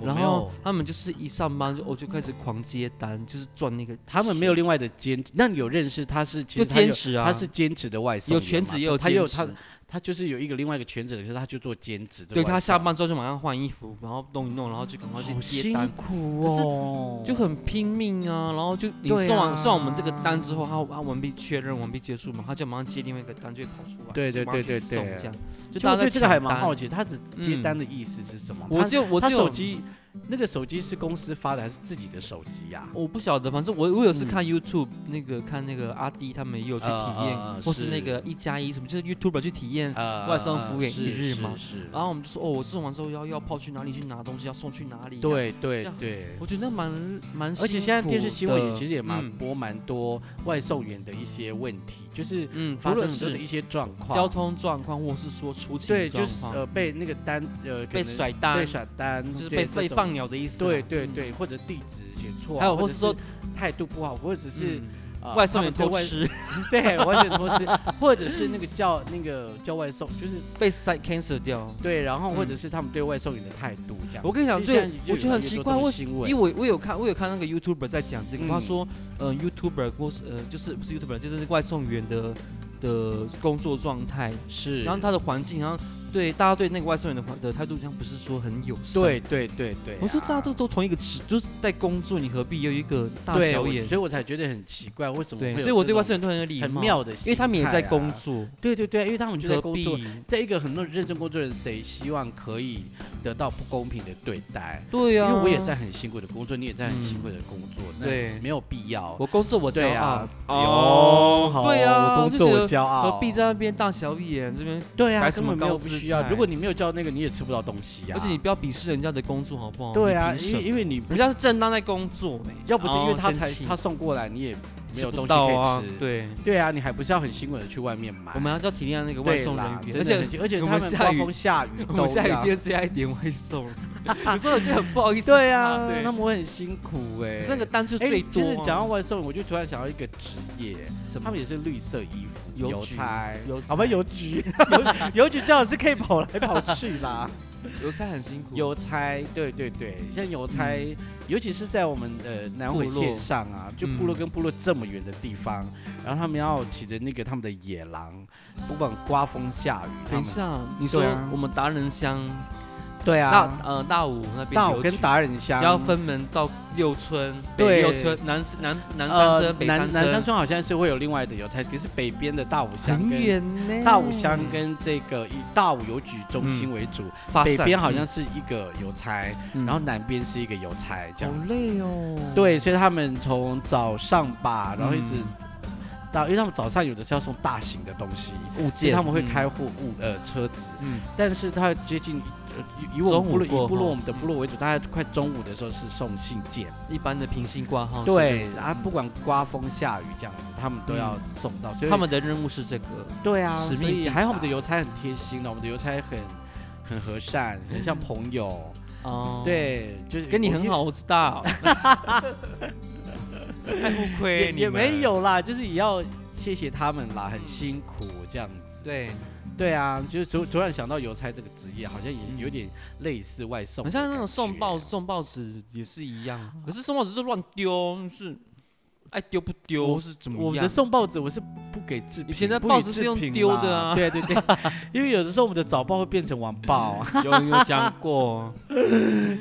Speaker 1: 我
Speaker 2: 然
Speaker 1: 没
Speaker 2: 后
Speaker 1: 有
Speaker 2: 他们就是一上班就我就开始狂接单，就是赚那个钱。
Speaker 1: 他们没有另外的兼，那你有认识他是其
Speaker 2: 就
Speaker 1: 实他有
Speaker 2: 兼职啊，
Speaker 1: 他是兼职的外送
Speaker 2: 有
Speaker 1: 员嘛，
Speaker 2: 全职也有
Speaker 1: 他
Speaker 2: 兼
Speaker 1: 有他
Speaker 2: 职。
Speaker 1: 他就是有一个另外一个全职的，可是他就做兼职的外
Speaker 2: 对
Speaker 1: 送。
Speaker 2: 他下班之后就马上换衣服，然后弄一弄，然后就赶快去
Speaker 1: 好
Speaker 2: 接
Speaker 1: 辛
Speaker 2: 单，
Speaker 1: 苦哦，
Speaker 2: 就很拼命啊。然后就你
Speaker 1: 对
Speaker 2: 送完、送完我们这个
Speaker 1: 啊
Speaker 2: 单之后，他他完毕确认完毕结束嘛，他就马上接另外一个单，就会跑出来，
Speaker 1: 对对
Speaker 2: 就马上
Speaker 1: 对
Speaker 2: 去
Speaker 1: 对
Speaker 2: 送
Speaker 1: 对
Speaker 2: 这样。
Speaker 1: 就
Speaker 2: 就大
Speaker 1: 我
Speaker 2: 家在
Speaker 1: 对这个还蛮好
Speaker 2: 奇，
Speaker 1: 奇，他只接
Speaker 2: 嗯
Speaker 1: 单的意思是什么？
Speaker 2: 我
Speaker 1: 他
Speaker 2: 就我
Speaker 1: 他
Speaker 2: 就
Speaker 1: 手机那个手机是公司发的还是自己的手机呀？
Speaker 2: 我不晓得，反正我我有次
Speaker 1: 嗯
Speaker 2: 看 YouTube、那个看那个阿迪他们也有去体
Speaker 1: 呃
Speaker 2: 验，
Speaker 1: 呃呃
Speaker 2: 或是那
Speaker 1: 是
Speaker 2: 个一加一什么，就是 YouTuber 去体验
Speaker 1: 呃
Speaker 2: 嗯外送服务员一日嘛
Speaker 1: 嘛，是
Speaker 2: 然后我们就说哦，我送完之后要要跑去哪里去拿东西，要送去哪里？，
Speaker 1: 对对
Speaker 2: 这样
Speaker 1: 对。
Speaker 2: 我觉得蛮蛮辛苦的。
Speaker 1: 而且现在电视新闻也其实也蛮
Speaker 2: 嗯
Speaker 1: 播蛮多外送员的一些问题，就是
Speaker 2: 嗯，
Speaker 1: 发
Speaker 2: 无
Speaker 1: 生
Speaker 2: 论
Speaker 1: 很多的
Speaker 2: 是
Speaker 1: 一些状况，
Speaker 2: 交通状况，或是说出勤
Speaker 1: 对，
Speaker 2: 状
Speaker 1: 就是
Speaker 2: 况，
Speaker 1: 呃被那个单子呃可
Speaker 2: 被
Speaker 1: 能
Speaker 2: 甩单，
Speaker 1: 被甩单，
Speaker 2: 就是
Speaker 1: 对
Speaker 2: 被被。放鸟的意思啊
Speaker 1: 这
Speaker 2: 嘛。
Speaker 1: 种对对
Speaker 2: 嗯，
Speaker 1: 对，或者地址写错啊，
Speaker 2: 还有
Speaker 1: 或
Speaker 2: 或
Speaker 1: 者
Speaker 2: 是说
Speaker 1: 态度不好，或者是
Speaker 2: 嗯
Speaker 1: 呃
Speaker 2: 外送
Speaker 1: 他
Speaker 2: 员
Speaker 1: 们对
Speaker 2: 偷
Speaker 1: 外，
Speaker 2: 吃
Speaker 1: 对，外送员偷吃，或者是那个叫那个叫外送，就是
Speaker 2: 被 side cancel 掉。
Speaker 1: 对，然后或者
Speaker 2: 嗯
Speaker 1: 是他们对外送员的态度这样。
Speaker 2: 我跟你讲，
Speaker 1: 其实
Speaker 2: 对
Speaker 1: 现在，就
Speaker 2: 我觉得
Speaker 1: 越
Speaker 2: 很
Speaker 1: 来越
Speaker 2: 奇
Speaker 1: 多
Speaker 2: 怪，
Speaker 1: 这种
Speaker 2: 为
Speaker 1: 新
Speaker 2: 因
Speaker 1: 闻
Speaker 2: 为我我有看，我有看那个 YouTuber 在讲这个，
Speaker 1: 嗯
Speaker 2: 他说，嗯、y o u t u b e r 或是呃，就是不是 YouTuber，就是那个外送员的的工作状态，
Speaker 1: 是，
Speaker 2: 然后他的环境，然后对大家对那个外送员的环的态度，好像不是说很友善。
Speaker 1: 对对对对啊，
Speaker 2: 我说大家都都同一个职，就是在工作，你何必有一个大
Speaker 1: 对，啊
Speaker 2: 小
Speaker 1: 我
Speaker 2: 眼？
Speaker 1: 所以我才觉得很奇怪，为什么会
Speaker 2: 对，
Speaker 1: 有
Speaker 2: 所以我
Speaker 1: 这
Speaker 2: 对外
Speaker 1: 种
Speaker 2: 送员都很有礼貌，
Speaker 1: 很妙的、啊
Speaker 2: 因为他们也在工。作，
Speaker 1: 对对对，因为他们就在
Speaker 2: 何
Speaker 1: 工
Speaker 2: 必
Speaker 1: 作，？在一个很多认真工作的人，谁希望可以得到不公平的对待？
Speaker 2: 对呀、
Speaker 1: 因为我也在，很辛苦的工作，你也在很辛苦的工作，那
Speaker 2: 对
Speaker 1: 没有必要。
Speaker 2: 我工作我骄
Speaker 1: 对
Speaker 2: 傲
Speaker 1: 啊，，
Speaker 2: 哦
Speaker 1: 有好
Speaker 2: 对啊
Speaker 1: 我
Speaker 2: 就
Speaker 1: 工作
Speaker 2: 觉
Speaker 1: 我
Speaker 2: 得
Speaker 1: 骄傲，
Speaker 2: 何必在那边大小眼这边？
Speaker 1: 对啊，
Speaker 2: 摆什
Speaker 1: 根
Speaker 2: 么
Speaker 1: 本没有
Speaker 2: 高
Speaker 1: 不
Speaker 2: 姿
Speaker 1: 需要。
Speaker 2: 态
Speaker 1: 如果你没有叫那个，你也吃不到东西啊。
Speaker 2: 而且你不要鄙视人家的工作好不好？
Speaker 1: 对啊，
Speaker 2: 你凭
Speaker 1: 因
Speaker 2: 什
Speaker 1: 为因为你
Speaker 2: 么人家是正当在工作呢，
Speaker 1: 要不是因为
Speaker 2: 哦
Speaker 1: 他
Speaker 2: 生
Speaker 1: 才
Speaker 2: 气
Speaker 1: 他送过来，你也没
Speaker 2: 吃
Speaker 1: 有
Speaker 2: 不
Speaker 1: 东西
Speaker 2: 到
Speaker 1: 可以
Speaker 2: 啊
Speaker 1: 吃。
Speaker 2: 对，
Speaker 1: 对啊，你还不是要很辛苦的去外面买？
Speaker 2: 我们还是要体谅那个外
Speaker 1: 对
Speaker 2: 送人
Speaker 1: 啦
Speaker 2: 员，
Speaker 1: 真
Speaker 2: 而
Speaker 1: 的很
Speaker 2: 且
Speaker 1: 辛苦而且
Speaker 2: 我
Speaker 1: 他
Speaker 2: 们
Speaker 1: 们
Speaker 2: 下
Speaker 1: 刮
Speaker 2: 雨
Speaker 1: 风下雨
Speaker 2: 我
Speaker 1: 都
Speaker 2: 们下雨
Speaker 1: 要
Speaker 2: 天最爱点外送， 有时候我觉得很不好意思他。
Speaker 1: 对啊，
Speaker 2: 对
Speaker 1: 他们会很辛苦哎、
Speaker 2: 可是那个单就
Speaker 1: 哎
Speaker 2: 最
Speaker 1: 其
Speaker 2: 多啊。
Speaker 1: 实讲到外送，我就突然想到一个职业，
Speaker 2: 什
Speaker 1: 他
Speaker 2: 么
Speaker 1: 们也是绿色衣服，
Speaker 2: 邮
Speaker 1: 邮
Speaker 2: 局
Speaker 1: 差，
Speaker 2: 邮
Speaker 1: 好吧，
Speaker 2: 差
Speaker 1: 邮局， 邮邮局最好是可以跑来跑去啦。
Speaker 2: 邮差很辛苦，
Speaker 1: 邮差，对对对，
Speaker 2: 嗯
Speaker 1: 像邮差，尤其是在我们呃南回
Speaker 2: 部落
Speaker 1: 线上
Speaker 2: 嗯
Speaker 1: 啊，就部落跟部落这么远的地方，然后他们要骑着那个他们的野狼，不管刮风下雨，他
Speaker 2: 等一
Speaker 1: 们
Speaker 2: 下，你说
Speaker 1: 对啊
Speaker 2: 我们达人乡
Speaker 1: 对
Speaker 2: 大
Speaker 1: 啊，
Speaker 2: 呃大武那边
Speaker 1: 大
Speaker 2: 有
Speaker 1: 武跟
Speaker 2: 区
Speaker 1: 达人乡
Speaker 2: 只要分门到六村、北
Speaker 1: 对
Speaker 2: 六村、南南南山
Speaker 1: 呃
Speaker 2: 村、，北
Speaker 1: 南南
Speaker 2: 山
Speaker 1: 山
Speaker 2: 村，
Speaker 1: 村好像是会有另外的邮差，可是北边的大武乡
Speaker 2: 很
Speaker 1: 跟
Speaker 2: 远呢。
Speaker 1: 大武乡跟这个以大武邮局中心为主，
Speaker 2: 发
Speaker 1: 北
Speaker 2: 散
Speaker 1: 边好像，是一个邮差，
Speaker 2: 嗯
Speaker 1: 然后南边是一个邮差，这
Speaker 2: 好
Speaker 1: 样。
Speaker 2: 累哦。，
Speaker 1: 对，所以他们从早上吧，然后一直
Speaker 2: 嗯
Speaker 1: 到，因为他们早上有的是要送大型的东西，
Speaker 2: 物
Speaker 1: 所以
Speaker 2: 件
Speaker 1: 他们会开，货物呃车子，
Speaker 2: 嗯，
Speaker 1: 但是他接近呃以以我们
Speaker 2: 中午
Speaker 1: 部落以
Speaker 2: 过
Speaker 1: 部落
Speaker 2: 后
Speaker 1: 我们的部落为主，大概快中午的时候是送信件。
Speaker 2: 嗯一般的平行挂号。
Speaker 1: 对
Speaker 2: 是这样子嗯
Speaker 1: 啊，不，管刮风下雨这样子，他们都要送到，所以
Speaker 2: 他们的任务是这个，
Speaker 1: 对啊，所
Speaker 2: 使命
Speaker 1: 以
Speaker 2: 必
Speaker 1: 还好我们的
Speaker 2: 达
Speaker 1: 邮差很贴心啊的，我们的邮差很很和善，很像朋友，
Speaker 2: 嗯哦，，
Speaker 1: 对，就是
Speaker 2: 跟你
Speaker 1: 我
Speaker 2: 很
Speaker 1: 也
Speaker 2: 好，我知 道。太互亏
Speaker 1: 也
Speaker 2: 你
Speaker 1: 也没
Speaker 2: 们，
Speaker 1: 有啦，就是也要谢谢他们啦，很辛苦这样子。
Speaker 2: 对，
Speaker 1: 对啊，就是昨昨晚想到邮差这个职业，好像也有
Speaker 2: 嗯
Speaker 1: 点类似外送
Speaker 2: 好
Speaker 1: 的感觉，
Speaker 2: 像那种送报送报纸也是一样，可是送报纸是乱丢，是爱丢不丢
Speaker 1: 我
Speaker 2: 是怎么
Speaker 1: 嗯
Speaker 2: 样？
Speaker 1: 我们的送报纸我是不给制品，
Speaker 2: 以前的
Speaker 1: 不
Speaker 2: 报
Speaker 1: 予
Speaker 2: 纸
Speaker 1: 置
Speaker 2: 是用
Speaker 1: 评
Speaker 2: 丢的
Speaker 1: 啦
Speaker 2: 啊
Speaker 1: 对对对，因为有的时候我们的早报会变成晚报，啊
Speaker 2: 有有讲过，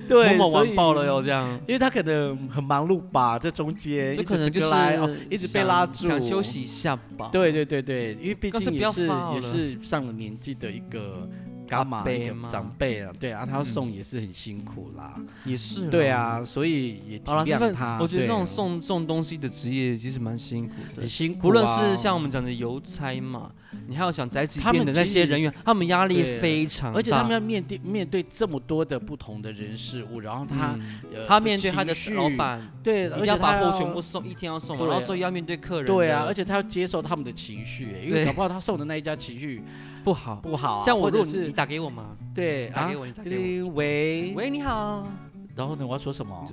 Speaker 1: 对，
Speaker 2: 某某
Speaker 1: 所
Speaker 2: 完
Speaker 1: 以
Speaker 2: 爆了哟，这样，
Speaker 1: 因为他可能很忙碌吧，这中间
Speaker 2: 这
Speaker 1: 一
Speaker 2: 可
Speaker 1: 直
Speaker 2: 能就是
Speaker 1: 隔来哦，一直被
Speaker 2: 想
Speaker 1: 拉住，
Speaker 2: 想休息一下吧。，
Speaker 1: 对对对对，因为毕
Speaker 2: 干脆
Speaker 1: 竟
Speaker 2: 不
Speaker 1: 也
Speaker 2: 要
Speaker 1: 是
Speaker 2: 发好
Speaker 1: 也
Speaker 2: 了
Speaker 1: 是上了年纪的一个
Speaker 2: 阿
Speaker 1: 干嘛
Speaker 2: 伯
Speaker 1: 一个
Speaker 2: 吗
Speaker 1: 长辈啊，对啊，他要
Speaker 2: 嗯
Speaker 1: 送也是很辛苦啦，
Speaker 2: 也是啦
Speaker 1: 对。啊，所以也体
Speaker 2: 好了，这
Speaker 1: 谅
Speaker 2: 份
Speaker 1: 他。
Speaker 2: 我觉得
Speaker 1: 对
Speaker 2: 那种送送东西的职业其实蛮辛苦
Speaker 1: 很
Speaker 2: 的，
Speaker 1: 辛苦啊，
Speaker 2: 不论是像我们讲的邮差嘛，你还要想宅急
Speaker 1: 他
Speaker 2: 便
Speaker 1: 们
Speaker 2: 的那
Speaker 1: 其
Speaker 2: 些
Speaker 1: 实
Speaker 2: 人员，他们压力
Speaker 1: 对
Speaker 2: 非常大，
Speaker 1: 而且他们要面对面对这么多的不同的人事物，然后他
Speaker 2: 嗯
Speaker 1: 呃
Speaker 2: 他面对他的
Speaker 1: 情
Speaker 2: 老
Speaker 1: 绪
Speaker 2: 板，
Speaker 1: 对，
Speaker 2: 一
Speaker 1: 而
Speaker 2: 定
Speaker 1: 且
Speaker 2: 要把
Speaker 1: 他
Speaker 2: 货
Speaker 1: 要
Speaker 2: 全部送，一天要送完，
Speaker 1: 对啊
Speaker 2: 然后最后要面对客人的，
Speaker 1: 对啊，而
Speaker 2: 且
Speaker 1: 且他要接受他们的情绪，欸因为
Speaker 2: 对
Speaker 1: 搞不好他送的那一家情绪
Speaker 2: 不好。
Speaker 1: 不好啊，
Speaker 2: 像我，
Speaker 1: 或
Speaker 2: 如
Speaker 1: 者
Speaker 2: 果你你
Speaker 1: 是
Speaker 2: 打给我嘛，
Speaker 1: 对
Speaker 2: 你打
Speaker 1: 啊
Speaker 2: 给，我，你打
Speaker 1: 叮
Speaker 2: 给
Speaker 1: 叮喂
Speaker 2: 我，，喂，你好，
Speaker 1: 然后呢，我要说什么？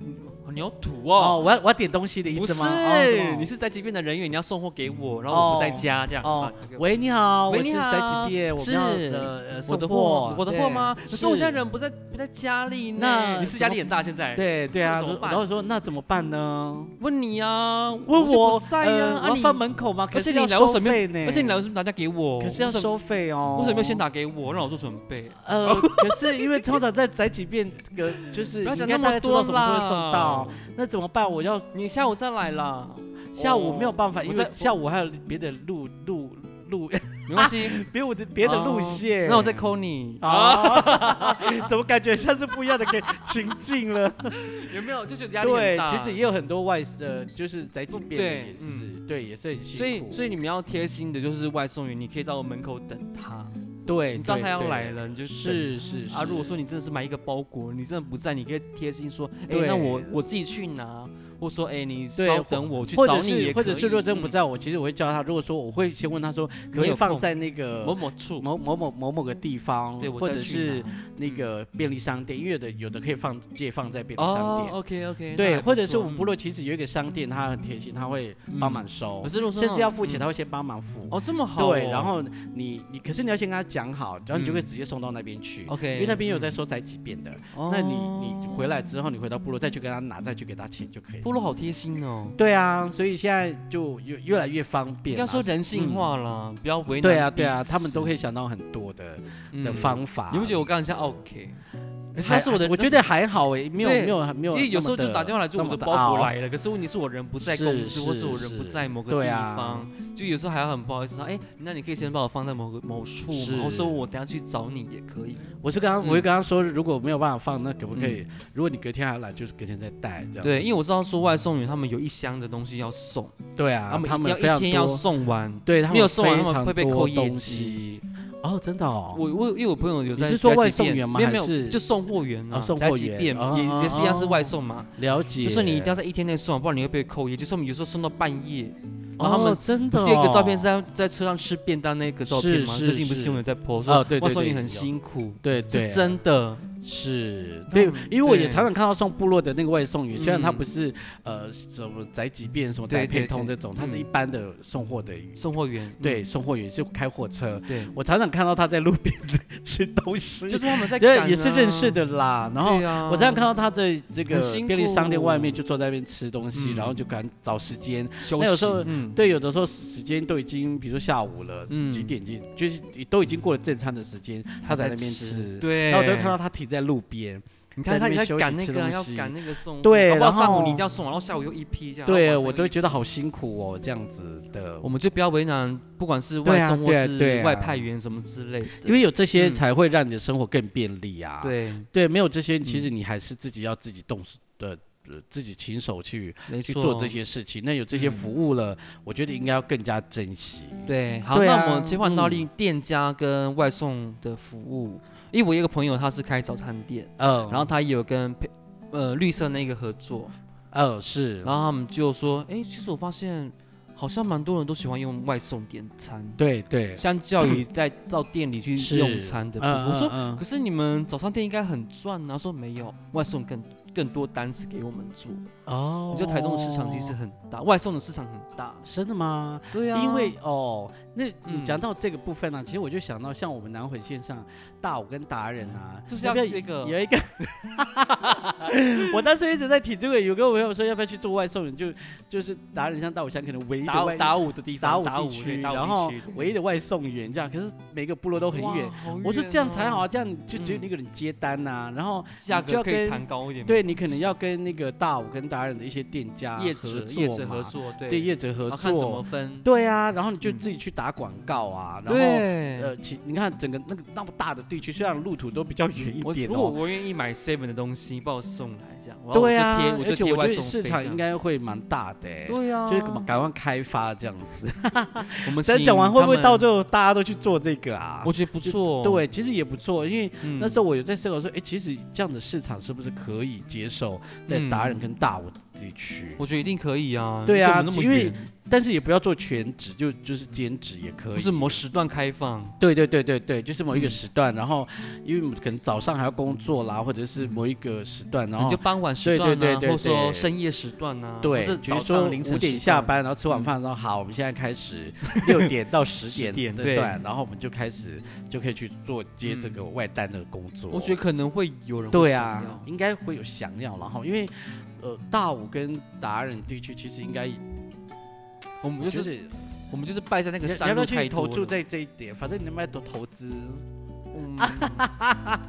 Speaker 2: 你要吐
Speaker 1: 哦，
Speaker 2: 哦。
Speaker 1: 我要我要点东西的意
Speaker 2: 不
Speaker 1: 思
Speaker 2: 是
Speaker 1: 吗？哦什么，
Speaker 2: 你是宅急便的人员，你要送货给我，然后我不在
Speaker 1: 哦
Speaker 2: 家，这样。
Speaker 1: 哦
Speaker 2: 啊打给我
Speaker 1: 喂，你好，
Speaker 2: 喂
Speaker 1: 我
Speaker 2: 你
Speaker 1: 是宅
Speaker 2: 好
Speaker 1: 急便，我
Speaker 2: 是
Speaker 1: 们要的呃
Speaker 2: 我
Speaker 1: 送
Speaker 2: 的
Speaker 1: 货
Speaker 2: 货，，我的
Speaker 1: 对
Speaker 2: 货吗？可是我现在。
Speaker 1: 是
Speaker 2: 人不在不在家里呢。
Speaker 1: 那
Speaker 2: 你是压力很大现在。，
Speaker 1: 对对啊，
Speaker 2: 怎么办
Speaker 1: 然后我说那怎么办呢？
Speaker 2: 问你啊，
Speaker 1: 问
Speaker 2: 就不
Speaker 1: 我
Speaker 2: 在呀，
Speaker 1: 呃
Speaker 2: 啊
Speaker 1: 我
Speaker 2: 你
Speaker 1: 要放门口吗？
Speaker 2: 而
Speaker 1: 可
Speaker 2: 且
Speaker 1: 是
Speaker 2: 你
Speaker 1: 要
Speaker 2: 来我
Speaker 1: 收
Speaker 2: 什么
Speaker 1: 费呢？
Speaker 2: 而且你来是拿家给我，
Speaker 1: 可是要
Speaker 2: 为什么，
Speaker 1: 收费哦。
Speaker 2: 为什么要先？打给我，让我做准备？啊
Speaker 1: 呃，可是因为通常在宅急便，呃，就是
Speaker 2: 不要
Speaker 1: 你
Speaker 2: 讲
Speaker 1: 应该大
Speaker 2: 那么
Speaker 1: 概知道
Speaker 2: 多
Speaker 1: 什么时候会送
Speaker 2: 啦
Speaker 1: 到，。那怎么办？我要
Speaker 2: 你下午再来啦，
Speaker 1: 下午没有办法，
Speaker 2: 哦我
Speaker 1: 因
Speaker 2: 在
Speaker 1: 为下午还有别的路路路，
Speaker 2: 哦没关系，
Speaker 1: 别我的别的路
Speaker 2: 哦
Speaker 1: 线。
Speaker 2: 那我再 call 你。哦
Speaker 1: 啊， 怎么感觉像是不一样的个情境了？
Speaker 2: 有没有就觉得 压力很
Speaker 1: 对，
Speaker 2: 大？
Speaker 1: 其实也有很多外呃，就是宅急便的
Speaker 2: 对嗯
Speaker 1: 也是，对，也是很辛苦。
Speaker 2: 所以，所以你们要贴心的，就是外送员，你可以到门口等他，
Speaker 1: 对，
Speaker 2: 你知道
Speaker 1: 哎对
Speaker 2: 他要
Speaker 1: 对
Speaker 2: 来了，你就等
Speaker 1: 是是
Speaker 2: 啊。如果说
Speaker 1: 你
Speaker 2: 你真的是买一个包裹，你真的不在，你可以贴心说，哎、
Speaker 1: 对
Speaker 2: 那我我自己去拿，或说哎你
Speaker 1: 对
Speaker 2: 稍等我去
Speaker 1: 或
Speaker 2: 找
Speaker 1: 者
Speaker 2: 你也可
Speaker 1: 是
Speaker 2: 以，
Speaker 1: 或者是若真不
Speaker 2: 嗯
Speaker 1: 在我，其实我会叫他。如果说我会先问他说，可不可
Speaker 2: 没
Speaker 1: 以
Speaker 2: 有
Speaker 1: 放
Speaker 2: 空
Speaker 1: 在那个
Speaker 2: 嗯某某处，
Speaker 1: 某某某某某个地方
Speaker 2: 对，我
Speaker 1: 或
Speaker 2: 再
Speaker 1: 者
Speaker 2: 去
Speaker 1: 是
Speaker 2: 拿
Speaker 1: 那
Speaker 2: 嗯
Speaker 1: 个便利商店，因为有的有的可以放借放在便利商
Speaker 2: 哦
Speaker 1: 店。
Speaker 2: ，OK OK，
Speaker 1: 对，或者是
Speaker 2: 嗯
Speaker 1: 我们部落其实有一个商店，他很贴心，他会帮忙收
Speaker 2: 可，是如果说
Speaker 1: 甚
Speaker 2: 那
Speaker 1: 至要
Speaker 2: 种
Speaker 1: 付钱，
Speaker 2: 嗯
Speaker 1: 他会先帮忙付。
Speaker 2: 哦这么好哦，嗯
Speaker 1: 对，然后你你可是你要先跟他讲好，然后你就会直接送到那边去，
Speaker 2: OK，
Speaker 1: 因为那边有在收宅急便的。
Speaker 2: 哦，
Speaker 1: 那你你回来之后，你回到部落再去跟他拿，再去给他钱就可以。
Speaker 2: 部落好贴心哦，
Speaker 1: 对啊，所以现在就越越来越方便
Speaker 2: 应
Speaker 1: 啦。
Speaker 2: 该说人性化了，不要为难
Speaker 1: 对啊
Speaker 2: 彼
Speaker 1: 对啊，他们
Speaker 2: 此
Speaker 1: 都可以想到很多的的
Speaker 2: 嗯
Speaker 1: 方法。
Speaker 2: 你不觉得我刚刚像哦 OK？可是
Speaker 1: 还
Speaker 2: 那是我的，
Speaker 1: 我觉得还好诶，没有
Speaker 2: 对
Speaker 1: 没有没有那么
Speaker 2: 因
Speaker 1: 的，
Speaker 2: 为有时候就打电话来，就
Speaker 1: 那
Speaker 2: 我的
Speaker 1: 么的
Speaker 2: 包裹
Speaker 1: 傲
Speaker 2: 来了，可是问题是我人不在公司，
Speaker 1: 是
Speaker 2: 或是我
Speaker 1: 是
Speaker 2: 人不
Speaker 1: 是
Speaker 2: 在某个
Speaker 1: 对
Speaker 2: 地
Speaker 1: 啊
Speaker 2: 方，就有时候还要很不好意思说，哎，那你可以先帮我放在某个某处嘛，然后
Speaker 1: 是
Speaker 2: 说我等下去找你也可以。
Speaker 1: 我是刚刚，
Speaker 2: 嗯
Speaker 1: 我会跟他说，如果没有办法放，那可不可以？如果你隔天还来，就是隔天再带这样。
Speaker 2: 对，因为我知道说外送员他们有一箱的东西要送，
Speaker 1: 对啊，
Speaker 2: 们
Speaker 1: 他
Speaker 2: 他
Speaker 1: 们
Speaker 2: 要
Speaker 1: 非常
Speaker 2: 一天要
Speaker 1: 多，
Speaker 2: 送完。
Speaker 1: 对他
Speaker 2: 没有
Speaker 1: 们
Speaker 2: 送完
Speaker 1: 非
Speaker 2: 他们
Speaker 1: 常
Speaker 2: 会被
Speaker 1: 多
Speaker 2: 扣业
Speaker 1: 东
Speaker 2: 绩
Speaker 1: 西。哦，真的哦。
Speaker 2: 我我因为我朋友有
Speaker 1: 你
Speaker 2: 在
Speaker 1: 是说
Speaker 2: 宅急
Speaker 1: 外送
Speaker 2: 便
Speaker 1: 员吗
Speaker 2: 没有
Speaker 1: 还
Speaker 2: 没有，
Speaker 1: 是
Speaker 2: 就送货员
Speaker 1: 哦
Speaker 2: 啊，
Speaker 1: 送
Speaker 2: 宅
Speaker 1: 货
Speaker 2: 急
Speaker 1: 员
Speaker 2: 便
Speaker 1: 哦
Speaker 2: 也
Speaker 1: 哦
Speaker 2: 也是一样是外送嘛。
Speaker 1: 了解，哦
Speaker 2: 就是你一定要在一天内送完，不然你会被扣业绩，说明有时候送到半夜，然后他
Speaker 1: 哦
Speaker 2: 们
Speaker 1: 真
Speaker 2: 不
Speaker 1: 的
Speaker 2: 是有一个照片
Speaker 1: 哦
Speaker 2: 是在在车上吃便当那个照片吗？
Speaker 1: 是
Speaker 2: 最近
Speaker 1: 是
Speaker 2: 不是
Speaker 1: 是
Speaker 2: 新闻在 po
Speaker 1: 哦
Speaker 2: 说
Speaker 1: 对对
Speaker 2: 外送
Speaker 1: 对
Speaker 2: 员很
Speaker 1: 有
Speaker 2: 辛苦，
Speaker 1: 对对
Speaker 2: 是
Speaker 1: 啊，
Speaker 2: 真的。
Speaker 1: 是
Speaker 2: 他
Speaker 1: 对
Speaker 2: 们，
Speaker 1: 因为我也
Speaker 2: 对
Speaker 1: 常常看到送部落的那个外送员，虽然他
Speaker 2: 嗯
Speaker 1: 不是呃什么宅急便、什么
Speaker 2: 对
Speaker 1: 宅
Speaker 2: 对
Speaker 1: 配通
Speaker 2: 对
Speaker 1: 这种，他是
Speaker 2: 嗯
Speaker 1: 一般的送货的
Speaker 2: 送货员，嗯
Speaker 1: 对，送货员是开货车。
Speaker 2: 对，
Speaker 1: 我常常看到他在路边 吃东西，
Speaker 2: 就是他们在
Speaker 1: 对
Speaker 2: 赶
Speaker 1: 也是认识
Speaker 2: 啊，
Speaker 1: 的啦。然后
Speaker 2: 对啊
Speaker 1: 我常常看到他在这个
Speaker 2: 辛
Speaker 1: 便利商店外面
Speaker 2: 苦
Speaker 1: 就坐在那边吃东西，然后
Speaker 2: 嗯
Speaker 1: 就赶找时间。
Speaker 2: 休
Speaker 1: 那有
Speaker 2: 息
Speaker 1: 时候
Speaker 2: 嗯，
Speaker 1: 对，有的时候时间都已经，比如说下午了，几
Speaker 2: 嗯
Speaker 1: 点进，就是都已经过了正餐的时间，他在那边吃。
Speaker 2: 对，
Speaker 1: 然后我都会看到他停在路边。
Speaker 2: 你
Speaker 1: 在
Speaker 2: 看
Speaker 1: 那边
Speaker 2: 他你
Speaker 1: 休息
Speaker 2: 要赶那
Speaker 1: 吃
Speaker 2: 个啊
Speaker 1: 东
Speaker 2: 要
Speaker 1: 西
Speaker 2: 赶那个送货，
Speaker 1: 对
Speaker 2: 搞不
Speaker 1: 然
Speaker 2: 好上午你一
Speaker 1: 后
Speaker 2: 定要送完，然后下午又一批这样，然
Speaker 1: 对，
Speaker 2: 后
Speaker 1: 我
Speaker 2: 晚上
Speaker 1: 都
Speaker 2: 又
Speaker 1: 会觉得好辛苦哦，这样子的
Speaker 2: 我。们就不要为难，不管是
Speaker 1: 对
Speaker 2: 外
Speaker 1: 啊
Speaker 2: 送或
Speaker 1: 对啊
Speaker 2: 是
Speaker 1: 对啊
Speaker 2: 外派员什么之类的，
Speaker 1: 因为有这些
Speaker 2: 嗯
Speaker 1: 才会让你的生活更便利啊。。
Speaker 2: 对，嗯
Speaker 1: 对，没有这些，其实你还是自己要自己动手的，呃，自己亲手去
Speaker 2: 没
Speaker 1: 去
Speaker 2: 错，
Speaker 1: 做这些事情。那有这些
Speaker 2: 嗯
Speaker 1: 服务了，我觉得应该要更加珍惜。
Speaker 2: 对，好，
Speaker 1: 对
Speaker 2: 那我
Speaker 1: 啊
Speaker 2: 们切换到
Speaker 1: 嗯
Speaker 2: 另店家跟外送的服务，因为我有一个朋友他是开早餐店，
Speaker 1: 嗯，
Speaker 2: 然后他也有跟配呃绿色那个合作，
Speaker 1: 嗯是，
Speaker 2: 然后他们就说，哎，其实我发现好像蛮多人都喜欢用外送点餐，
Speaker 1: 对对，
Speaker 2: 相较于在到店里去
Speaker 1: 是
Speaker 2: 用餐的部分。
Speaker 1: 嗯
Speaker 2: 我说，
Speaker 1: 嗯
Speaker 2: 可是你们早餐店应该很赚啊，说没有，外送更更多单子给我们做。
Speaker 1: 嗯哦，
Speaker 2: 你就台东的市场其实很大，外送的市场很大。
Speaker 1: 真的吗？
Speaker 2: 对啊，
Speaker 1: 因为哦，那你
Speaker 2: 嗯
Speaker 1: 讲到这个部分呢、其实我就想到像我们南回线上大武跟达人啊，
Speaker 2: 嗯就是
Speaker 1: 要
Speaker 2: 要
Speaker 1: 不要
Speaker 2: 这个
Speaker 1: 有一个， 我当时一直在提这个，有个朋友说要不要去做外送，就就是达人像大武乡可能唯一
Speaker 2: 打
Speaker 1: 的
Speaker 2: 五
Speaker 1: 外
Speaker 2: 打五的地方，
Speaker 1: 达武
Speaker 2: 打
Speaker 1: 地
Speaker 2: 五
Speaker 1: 区，
Speaker 2: 对打武
Speaker 1: 然后
Speaker 2: 地区
Speaker 1: 唯一的外送员这样，可是每个部落都很远。
Speaker 2: 哇好
Speaker 1: 我说
Speaker 2: 远
Speaker 1: 这样才好，
Speaker 2: 哦
Speaker 1: 啊，这样就只有你一个人接单呐、然后
Speaker 2: 价
Speaker 1: 你就
Speaker 2: 格
Speaker 1: 要
Speaker 2: 可以
Speaker 1: 跟
Speaker 2: 谈高一点嘛。
Speaker 1: 对你可能要跟那个大武跟达人的一些店家
Speaker 2: 业
Speaker 1: 合
Speaker 2: 者
Speaker 1: 作
Speaker 2: 业者合
Speaker 1: 嘛，
Speaker 2: 作，对
Speaker 1: 对业者合
Speaker 2: 然后看怎么
Speaker 1: 作，
Speaker 2: 分。
Speaker 1: 对啊，然后你就
Speaker 2: 嗯
Speaker 1: 自己去打广告啊，然后
Speaker 2: 对，
Speaker 1: 呃，其你看整个那个那么大的地区，虽然路途都比较远一
Speaker 2: 我
Speaker 1: 点
Speaker 2: 如果
Speaker 1: 哦，
Speaker 2: 我愿意买 seven 的东西，帮我送来这样，然后我
Speaker 1: 对
Speaker 2: 就
Speaker 1: 啊
Speaker 2: 贴，我
Speaker 1: 而
Speaker 2: 就
Speaker 1: 且
Speaker 2: 贴
Speaker 1: 我
Speaker 2: 外
Speaker 1: 觉得
Speaker 2: 送
Speaker 1: 市
Speaker 2: 费
Speaker 1: 场
Speaker 2: 这
Speaker 1: 应
Speaker 2: 样
Speaker 1: 该会蛮大的、欸，
Speaker 2: 对啊，
Speaker 1: 就是赶快开发这样子。
Speaker 2: 我们
Speaker 1: 咱
Speaker 2: 请
Speaker 1: 讲完会不会
Speaker 2: 他
Speaker 1: 到
Speaker 2: 们
Speaker 1: 最后大家都去做这个啊？
Speaker 2: 我觉得不错，，哦
Speaker 1: 对，其实也不错，因为
Speaker 2: 嗯
Speaker 1: 那时候我有在思考说，哎、其实这样的市场是不是可以接受在达人
Speaker 2: 嗯
Speaker 1: 跟大武地区？
Speaker 2: 我觉得一定可以啊，
Speaker 1: 对
Speaker 2: 而且
Speaker 1: 啊
Speaker 2: 我们那么
Speaker 1: 因为
Speaker 2: 远
Speaker 1: 但是也不要做全职，就就是兼职也可以。
Speaker 2: 不是某时段开放，
Speaker 1: 对对对对对，就是某一个
Speaker 2: 嗯
Speaker 1: 时段，然后因为我们可能早上还要工作啦，或者是某一个时段，然
Speaker 2: 你就
Speaker 1: 后
Speaker 2: 傍晚时
Speaker 1: 对
Speaker 2: 段
Speaker 1: 对
Speaker 2: 啊，
Speaker 1: 对对
Speaker 2: 或者说
Speaker 1: 对
Speaker 2: 深夜时段啊，或
Speaker 1: 对
Speaker 2: 是，
Speaker 1: 比如
Speaker 2: 早
Speaker 1: 说
Speaker 2: 上凌晨
Speaker 1: 五点
Speaker 2: 时
Speaker 1: 下
Speaker 2: 段，
Speaker 1: 班，然后吃晚饭，然后好，我们现在开 始六点到十
Speaker 2: 10
Speaker 1: 点
Speaker 2: 点
Speaker 1: 这
Speaker 2: 对
Speaker 1: 段，然后我们就开始就可以去做接这
Speaker 2: 嗯
Speaker 1: 个外单的工作。
Speaker 2: 我觉得可能会有人会
Speaker 1: 对
Speaker 2: 想
Speaker 1: 啊
Speaker 2: 要，
Speaker 1: 应该会有想要，然后因为呃大武跟达人地区其实应该
Speaker 2: 我们
Speaker 1: 我
Speaker 2: 就是
Speaker 1: 是
Speaker 2: 我们就是败在那个
Speaker 1: 你
Speaker 2: 山
Speaker 1: 要不
Speaker 2: 路
Speaker 1: 要
Speaker 2: 太
Speaker 1: 去投
Speaker 2: 多
Speaker 1: 注
Speaker 2: 了
Speaker 1: 在这一点？反正你能不能多投资？
Speaker 2: 嗯，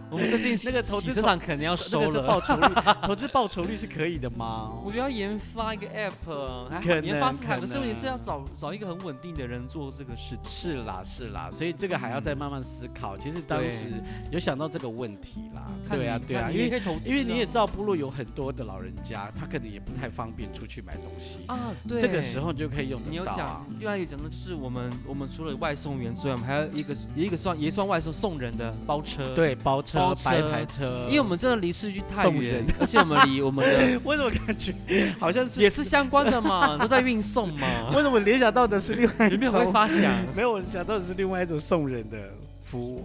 Speaker 2: 我们最近
Speaker 1: 那个投
Speaker 2: 洗
Speaker 1: 资
Speaker 2: 车
Speaker 1: 从
Speaker 2: 场肯定要收
Speaker 1: 那个是
Speaker 2: 了。
Speaker 1: 报酬率，投资报酬率是可以的吗
Speaker 2: 我？觉得要研发一个 app，还
Speaker 1: 可
Speaker 2: 好
Speaker 1: 能
Speaker 2: 研发是还，
Speaker 1: 可
Speaker 2: 可是问题
Speaker 1: 能
Speaker 2: 是要找找一个很稳定的人做这个事情。
Speaker 1: 是啦是啦，所以这个还要再慢慢思考。其实当
Speaker 2: 嗯对
Speaker 1: 时有想到这个问题啦，
Speaker 2: 看
Speaker 1: 对啊
Speaker 2: 你
Speaker 1: 对啊，
Speaker 2: 看
Speaker 1: 因
Speaker 2: 你
Speaker 1: 为
Speaker 2: 也可以投资啊，
Speaker 1: 因为你也知道部落有很多的老人家，他可能也不太方便出去买东西，
Speaker 2: 啊，对，
Speaker 1: 这个时候就可以用
Speaker 2: 你有
Speaker 1: 得到
Speaker 2: 讲
Speaker 1: 啊。，
Speaker 2: 另外一个讲的就是我们我们除了外送员之外，我们还有一个也一个算也算外送送人人的包车，，
Speaker 1: 对，包车、
Speaker 2: 包车
Speaker 1: 白牌车，
Speaker 2: 因为我们真的离市区太
Speaker 1: 送
Speaker 2: 远
Speaker 1: 人，
Speaker 2: 而且我们离我 们的
Speaker 1: 我怎么感觉好像是
Speaker 2: 也是相关的 嘛，都在运送 嘛，
Speaker 1: 为什么联想到的是另外一
Speaker 2: 有没有会
Speaker 1: 种？
Speaker 2: 发想？
Speaker 1: 没有，我想到的是另外一种送人的服务。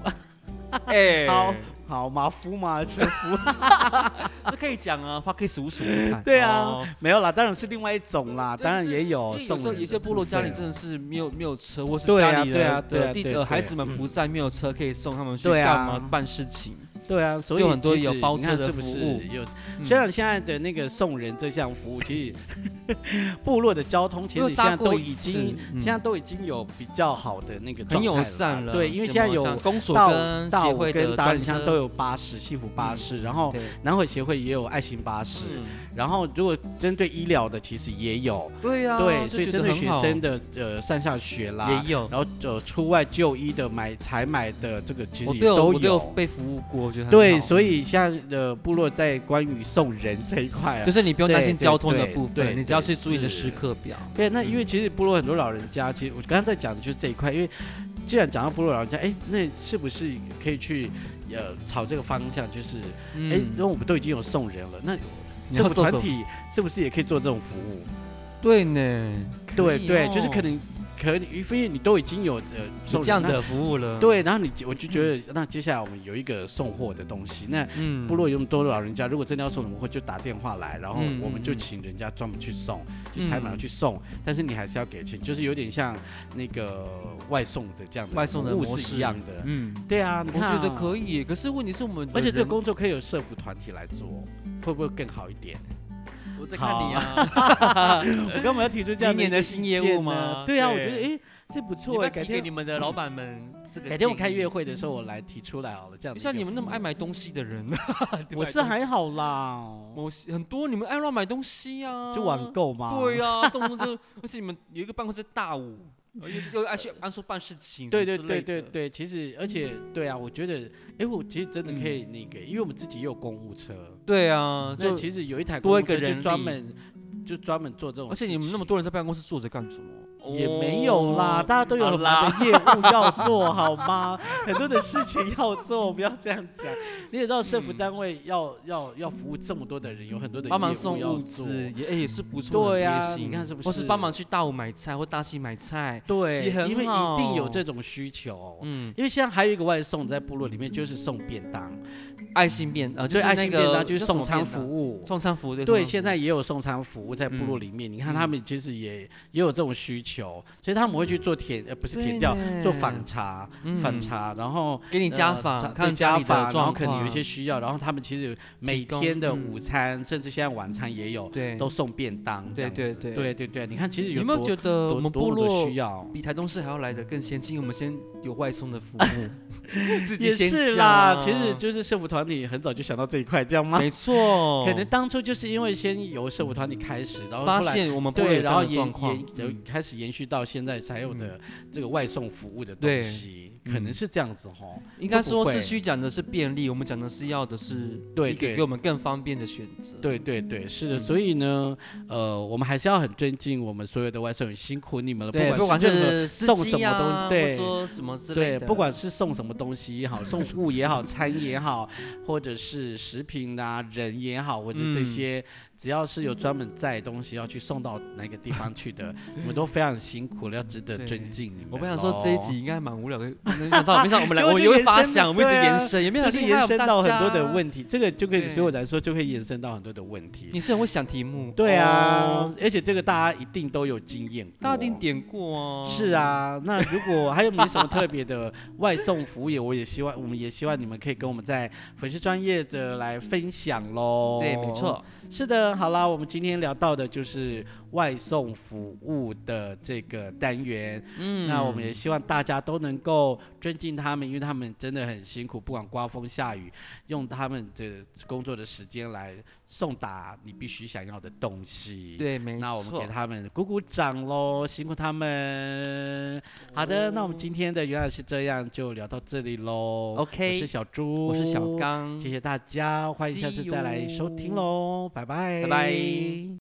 Speaker 2: 哎、
Speaker 1: 好好，马夫嘛，车 夫。
Speaker 2: 这可以讲啊 p a c k a g 无所不谈。
Speaker 1: 对啊，
Speaker 2: 哦
Speaker 1: 没有啦，当然是另外一种啦，
Speaker 2: 对
Speaker 1: 啊当然也有
Speaker 2: 就有
Speaker 1: 送
Speaker 2: 时候
Speaker 1: 人的
Speaker 2: 有些部落家里
Speaker 1: 部分
Speaker 2: 真的是没有没有车，或是
Speaker 1: 对啊
Speaker 2: 家里
Speaker 1: 对啊
Speaker 2: 的
Speaker 1: 对啊
Speaker 2: 的弟
Speaker 1: 对
Speaker 2: 呃
Speaker 1: 对
Speaker 2: 孩子们不在，没有车可以送他们去
Speaker 1: 对啊
Speaker 2: 干嘛办事情。
Speaker 1: 对啊，所以
Speaker 2: 就很多
Speaker 1: 其实
Speaker 2: 有包
Speaker 1: 你看
Speaker 2: 车
Speaker 1: 是
Speaker 2: 的
Speaker 1: 不
Speaker 2: 服
Speaker 1: 是
Speaker 2: 务
Speaker 1: 有？
Speaker 2: 嗯
Speaker 1: 虽然现在的那个送人这项服务，其实 部落的交通其
Speaker 2: 我
Speaker 1: 实现
Speaker 2: 有搭
Speaker 1: 在
Speaker 2: 过
Speaker 1: 都
Speaker 2: 一
Speaker 1: 已经
Speaker 2: 次嗯
Speaker 1: 现在都已经有比较好的那个
Speaker 2: 很
Speaker 1: 状态
Speaker 2: 友
Speaker 1: 啦
Speaker 2: 善了，
Speaker 1: 对，因为
Speaker 2: 什
Speaker 1: 现在
Speaker 2: 么像
Speaker 1: 有
Speaker 2: 公所
Speaker 1: 道
Speaker 2: 跟协
Speaker 1: 道
Speaker 2: 会
Speaker 1: 跟
Speaker 2: 的
Speaker 1: 达
Speaker 2: 专
Speaker 1: 里乡
Speaker 2: 车
Speaker 1: 都有巴士、幸福巴
Speaker 2: 嗯
Speaker 1: 士，然后
Speaker 2: 对，
Speaker 1: 南回协会也有爱心巴士，
Speaker 2: 嗯
Speaker 1: 然后如果针对医疗的其实也有，
Speaker 2: 对呀，
Speaker 1: 对，
Speaker 2: 就
Speaker 1: 所以
Speaker 2: 觉
Speaker 1: 针
Speaker 2: 得
Speaker 1: 对
Speaker 2: 很
Speaker 1: 学
Speaker 2: 好
Speaker 1: 生的呃上下学啦，
Speaker 2: 也有，
Speaker 1: 然后呃出外就医的买采买的这个其
Speaker 2: 我
Speaker 1: 实也
Speaker 2: 都有
Speaker 1: 都
Speaker 2: 我都有被服务过，我觉得很
Speaker 1: 对，
Speaker 2: 好
Speaker 1: 所以像呃部落在关于送人这一块啊，
Speaker 2: 就是你不用担
Speaker 1: 对
Speaker 2: 心
Speaker 1: 对
Speaker 2: 交通的
Speaker 1: 对
Speaker 2: 部
Speaker 1: 对
Speaker 2: 分，你只要
Speaker 1: 对
Speaker 2: 去注意你的
Speaker 1: 是
Speaker 2: 时刻表。
Speaker 1: 对，那因为
Speaker 2: 嗯
Speaker 1: 其实部落很多老人家，其实我刚刚在讲的就是这一块，因为既然讲到部落老人家，哎，那是不是可以去呃朝这个方向，就是哎，
Speaker 2: 嗯
Speaker 1: 那、我们都已经有送人了，那
Speaker 2: 你
Speaker 1: 社
Speaker 2: 要
Speaker 1: 福
Speaker 2: 做
Speaker 1: 团
Speaker 2: 什么
Speaker 1: 体是不是也可以做这种服务？
Speaker 2: 对呢，
Speaker 1: 对
Speaker 2: 可以
Speaker 1: 对，就是
Speaker 2: 哦
Speaker 1: 可能可能因为你都已经有呃送
Speaker 2: 有
Speaker 1: 人
Speaker 2: 这样
Speaker 1: 那
Speaker 2: 的嗯服务了。，
Speaker 1: 对，然后你我就觉得，那接下来我们有一个送货的东西，那
Speaker 2: 嗯
Speaker 1: 部落有那么多老人家，如果真的要送什么货，就打电话来，然后
Speaker 2: 嗯
Speaker 1: 我们
Speaker 2: 嗯
Speaker 1: 就
Speaker 2: 嗯
Speaker 1: 请人家专门去送，就采买
Speaker 2: 嗯
Speaker 1: 去送，但是你还是要给钱，就是有点像那个外送的这样的
Speaker 2: 外送的
Speaker 1: 服务
Speaker 2: 模
Speaker 1: 是
Speaker 2: 式
Speaker 1: 一样的。
Speaker 2: 嗯，
Speaker 1: 对啊，你
Speaker 2: 我
Speaker 1: 看
Speaker 2: 觉得
Speaker 1: 啊
Speaker 2: 可以，可是问题是我们的人，
Speaker 1: 而且这个工作可以有社服团体来做，会不会更好一点？
Speaker 2: 我在
Speaker 1: 好
Speaker 2: 看你啊，
Speaker 1: 我干嘛要提出这样
Speaker 2: 明年
Speaker 1: 一个
Speaker 2: 的新业
Speaker 1: 意见
Speaker 2: 务吗
Speaker 1: 呢对啊，我觉
Speaker 2: 对
Speaker 1: 得哎，这不
Speaker 2: 你
Speaker 1: 错
Speaker 2: 要
Speaker 1: 哎，
Speaker 2: 提
Speaker 1: 改
Speaker 2: 给
Speaker 1: 天
Speaker 2: 你们的老板们这个。
Speaker 1: 改天我开月，会的时候我来提出来好了，这样子
Speaker 2: 像
Speaker 1: 就
Speaker 2: 你们那么爱买东西 的人，
Speaker 1: 我是还好啦，
Speaker 2: 某些很多你们爱乱买东西啊，
Speaker 1: 就啊网。购嘛。
Speaker 2: 对呀，动不动 就，而且你们有一个办公室大五，又又爱去按说办事情，
Speaker 1: 对对对对。对，其实而且对啊，我觉得，哎，我其实真的可以那个，因为我们自己也有公务车，
Speaker 2: 对啊，
Speaker 1: 嗯那
Speaker 2: 嗯就
Speaker 1: 其实有一台
Speaker 2: 多
Speaker 1: 公
Speaker 2: 一
Speaker 1: 务车
Speaker 2: 个
Speaker 1: 就
Speaker 2: 人
Speaker 1: 专
Speaker 2: 力
Speaker 1: 门就专门做这种
Speaker 2: 而
Speaker 1: 事
Speaker 2: 且
Speaker 1: 情，
Speaker 2: 你们那么多人在办公室坐着干什么？
Speaker 1: 也没有啦，
Speaker 2: 哦
Speaker 1: 大家都有
Speaker 2: 好
Speaker 1: 很
Speaker 2: 啦
Speaker 1: 忙的业务 要做，好吗？很多的事情要做，不要这样讲。你也知道，社服
Speaker 2: 嗯
Speaker 1: 单位要要要服务这么多的人，有很多的
Speaker 2: 帮忙
Speaker 1: 业务
Speaker 2: 送
Speaker 1: 要
Speaker 2: 物
Speaker 1: 做
Speaker 2: 资也、哎也是不错，
Speaker 1: 对
Speaker 2: 很
Speaker 1: 呀、
Speaker 2: 贴心
Speaker 1: 你看是不是？
Speaker 2: 或是帮忙去大武买菜或大溪买菜，
Speaker 1: 对，
Speaker 2: 也很
Speaker 1: 因为一定有
Speaker 2: 好
Speaker 1: 这种需求。
Speaker 2: 嗯，
Speaker 1: 因为现在还有一个外送在部落里面，就是送便当，
Speaker 2: 爱心便呃，就
Speaker 1: 对
Speaker 2: 是
Speaker 1: 爱
Speaker 2: 那
Speaker 1: 心
Speaker 2: 个
Speaker 1: 便当啊就是
Speaker 2: 叫什
Speaker 1: 送
Speaker 2: 么
Speaker 1: 餐
Speaker 2: 便
Speaker 1: 服
Speaker 2: 当，
Speaker 1: 务。
Speaker 2: 送餐服务对嗯送
Speaker 1: 对，
Speaker 2: 餐
Speaker 1: 现
Speaker 2: 服务
Speaker 1: 在也有送餐服务在部落里面，你看他们其实也也有这种需求，所以他们会去做填呃不是填掉，
Speaker 2: 对
Speaker 1: 做
Speaker 2: 呢
Speaker 1: 访查，访
Speaker 2: 嗯
Speaker 1: 查，然后
Speaker 2: 给你加
Speaker 1: 呃查对
Speaker 2: 访，看家
Speaker 1: 家
Speaker 2: 里的
Speaker 1: 访，然后
Speaker 2: 状
Speaker 1: 可能有一
Speaker 2: 况
Speaker 1: 些需要，然后他们其实每
Speaker 2: 提供
Speaker 1: 天的
Speaker 2: 嗯
Speaker 1: 午餐，甚至现在晚餐也有，
Speaker 2: 对
Speaker 1: 都送便当这
Speaker 2: 对
Speaker 1: 样子，
Speaker 2: 对
Speaker 1: 对
Speaker 2: 对
Speaker 1: 对对你看其实
Speaker 2: 你
Speaker 1: 有
Speaker 2: 有没
Speaker 1: 多
Speaker 2: 有觉得我
Speaker 1: 多
Speaker 2: 们
Speaker 1: 多
Speaker 2: 部
Speaker 1: 么的
Speaker 2: 落
Speaker 1: 需要，
Speaker 2: 比台中市还要来的更先进？我们先有外送的 服务，自己
Speaker 1: 也
Speaker 2: 先啊
Speaker 1: 是啦，
Speaker 2: 叫
Speaker 1: 其实就是社服团体很早就想到这一块，这样吗？
Speaker 2: 没错，
Speaker 1: 可能当初就是因为先由社服团体开始，然后
Speaker 2: 发
Speaker 1: 后来
Speaker 2: 现我们部落
Speaker 1: 对，
Speaker 2: 有这
Speaker 1: 然
Speaker 2: 样
Speaker 1: 后
Speaker 2: 的状
Speaker 1: 延
Speaker 2: 况
Speaker 1: 延，就
Speaker 2: 嗯
Speaker 1: 开始延续到现在才有的这个外送服务的东
Speaker 2: 对
Speaker 1: 西，
Speaker 2: 嗯
Speaker 1: 可能是这样子吼。
Speaker 2: 应该
Speaker 1: 会不
Speaker 2: 说
Speaker 1: 会
Speaker 2: 是虚讲的是便利，我们讲的是要的是
Speaker 1: 对
Speaker 2: 一个
Speaker 1: 对
Speaker 2: 给我们更方便的选择。
Speaker 1: 对对对，是的，
Speaker 2: 嗯
Speaker 1: 所以呢，呃，我们还是要很尊敬我们所有的外送员，辛苦你们了，
Speaker 2: 对，不管
Speaker 1: 是任何
Speaker 2: 是司
Speaker 1: 送
Speaker 2: 机
Speaker 1: 什么
Speaker 2: 啊
Speaker 1: 东西
Speaker 2: 或
Speaker 1: 对
Speaker 2: 说什么之类
Speaker 1: 对，
Speaker 2: 的，
Speaker 1: 不管是送什么东西也好， 送物也好，餐也好，或者是食品啊、人也好，或者这
Speaker 2: 嗯
Speaker 1: 些，只要是有专门载东西要去送到哪个地方去 的，我们都非常辛苦了，要值得
Speaker 2: 对
Speaker 1: 尊敬你们。哦
Speaker 2: 我本想说这一集。应该蛮无聊的，没想到，没想到我 们两
Speaker 1: 就
Speaker 2: 个，我
Speaker 1: 就
Speaker 2: 也会
Speaker 1: 延
Speaker 2: 发
Speaker 1: 伸
Speaker 2: 想，我们一直
Speaker 1: 对啊
Speaker 2: 延伸，也没有
Speaker 1: 就是
Speaker 2: 厉害
Speaker 1: 延
Speaker 2: 哦
Speaker 1: 伸到很多的。
Speaker 2: 大家
Speaker 1: 问题，这个就可以，
Speaker 2: 对
Speaker 1: 所以我来说就会延伸到很多的问题。
Speaker 2: 你是很会想题目，
Speaker 1: 对啊
Speaker 2: 哦，，
Speaker 1: 而且这个大家一定都有经验过，
Speaker 2: 大家一定点过哦。
Speaker 1: 是，啊，那如果还有没有什么特别的外送服务业，我也希望，我们也希望你们可以跟我们在粉丝专业的来分享喽。
Speaker 2: 对，没。错，
Speaker 1: 是的，好啦，我们今天聊到的就是外送服务的这个单元。
Speaker 2: 嗯，
Speaker 1: 那我们也希望大家都能够尊敬他们，因为他们真的很辛苦，不管刮风下雨，用他们的工作的时间来送达你必须想要的东西。
Speaker 2: 对，没错。
Speaker 1: 那我们给他们鼓鼓掌喽，辛苦他们。好的，那我们
Speaker 2: 哦
Speaker 1: 今天的原来是这样，就聊到这里喽。我
Speaker 2: OK，
Speaker 1: 是小猪，
Speaker 2: 我是小，刚，
Speaker 1: 谢谢大家，欢迎下次再来收听喽，拜拜，
Speaker 2: 拜拜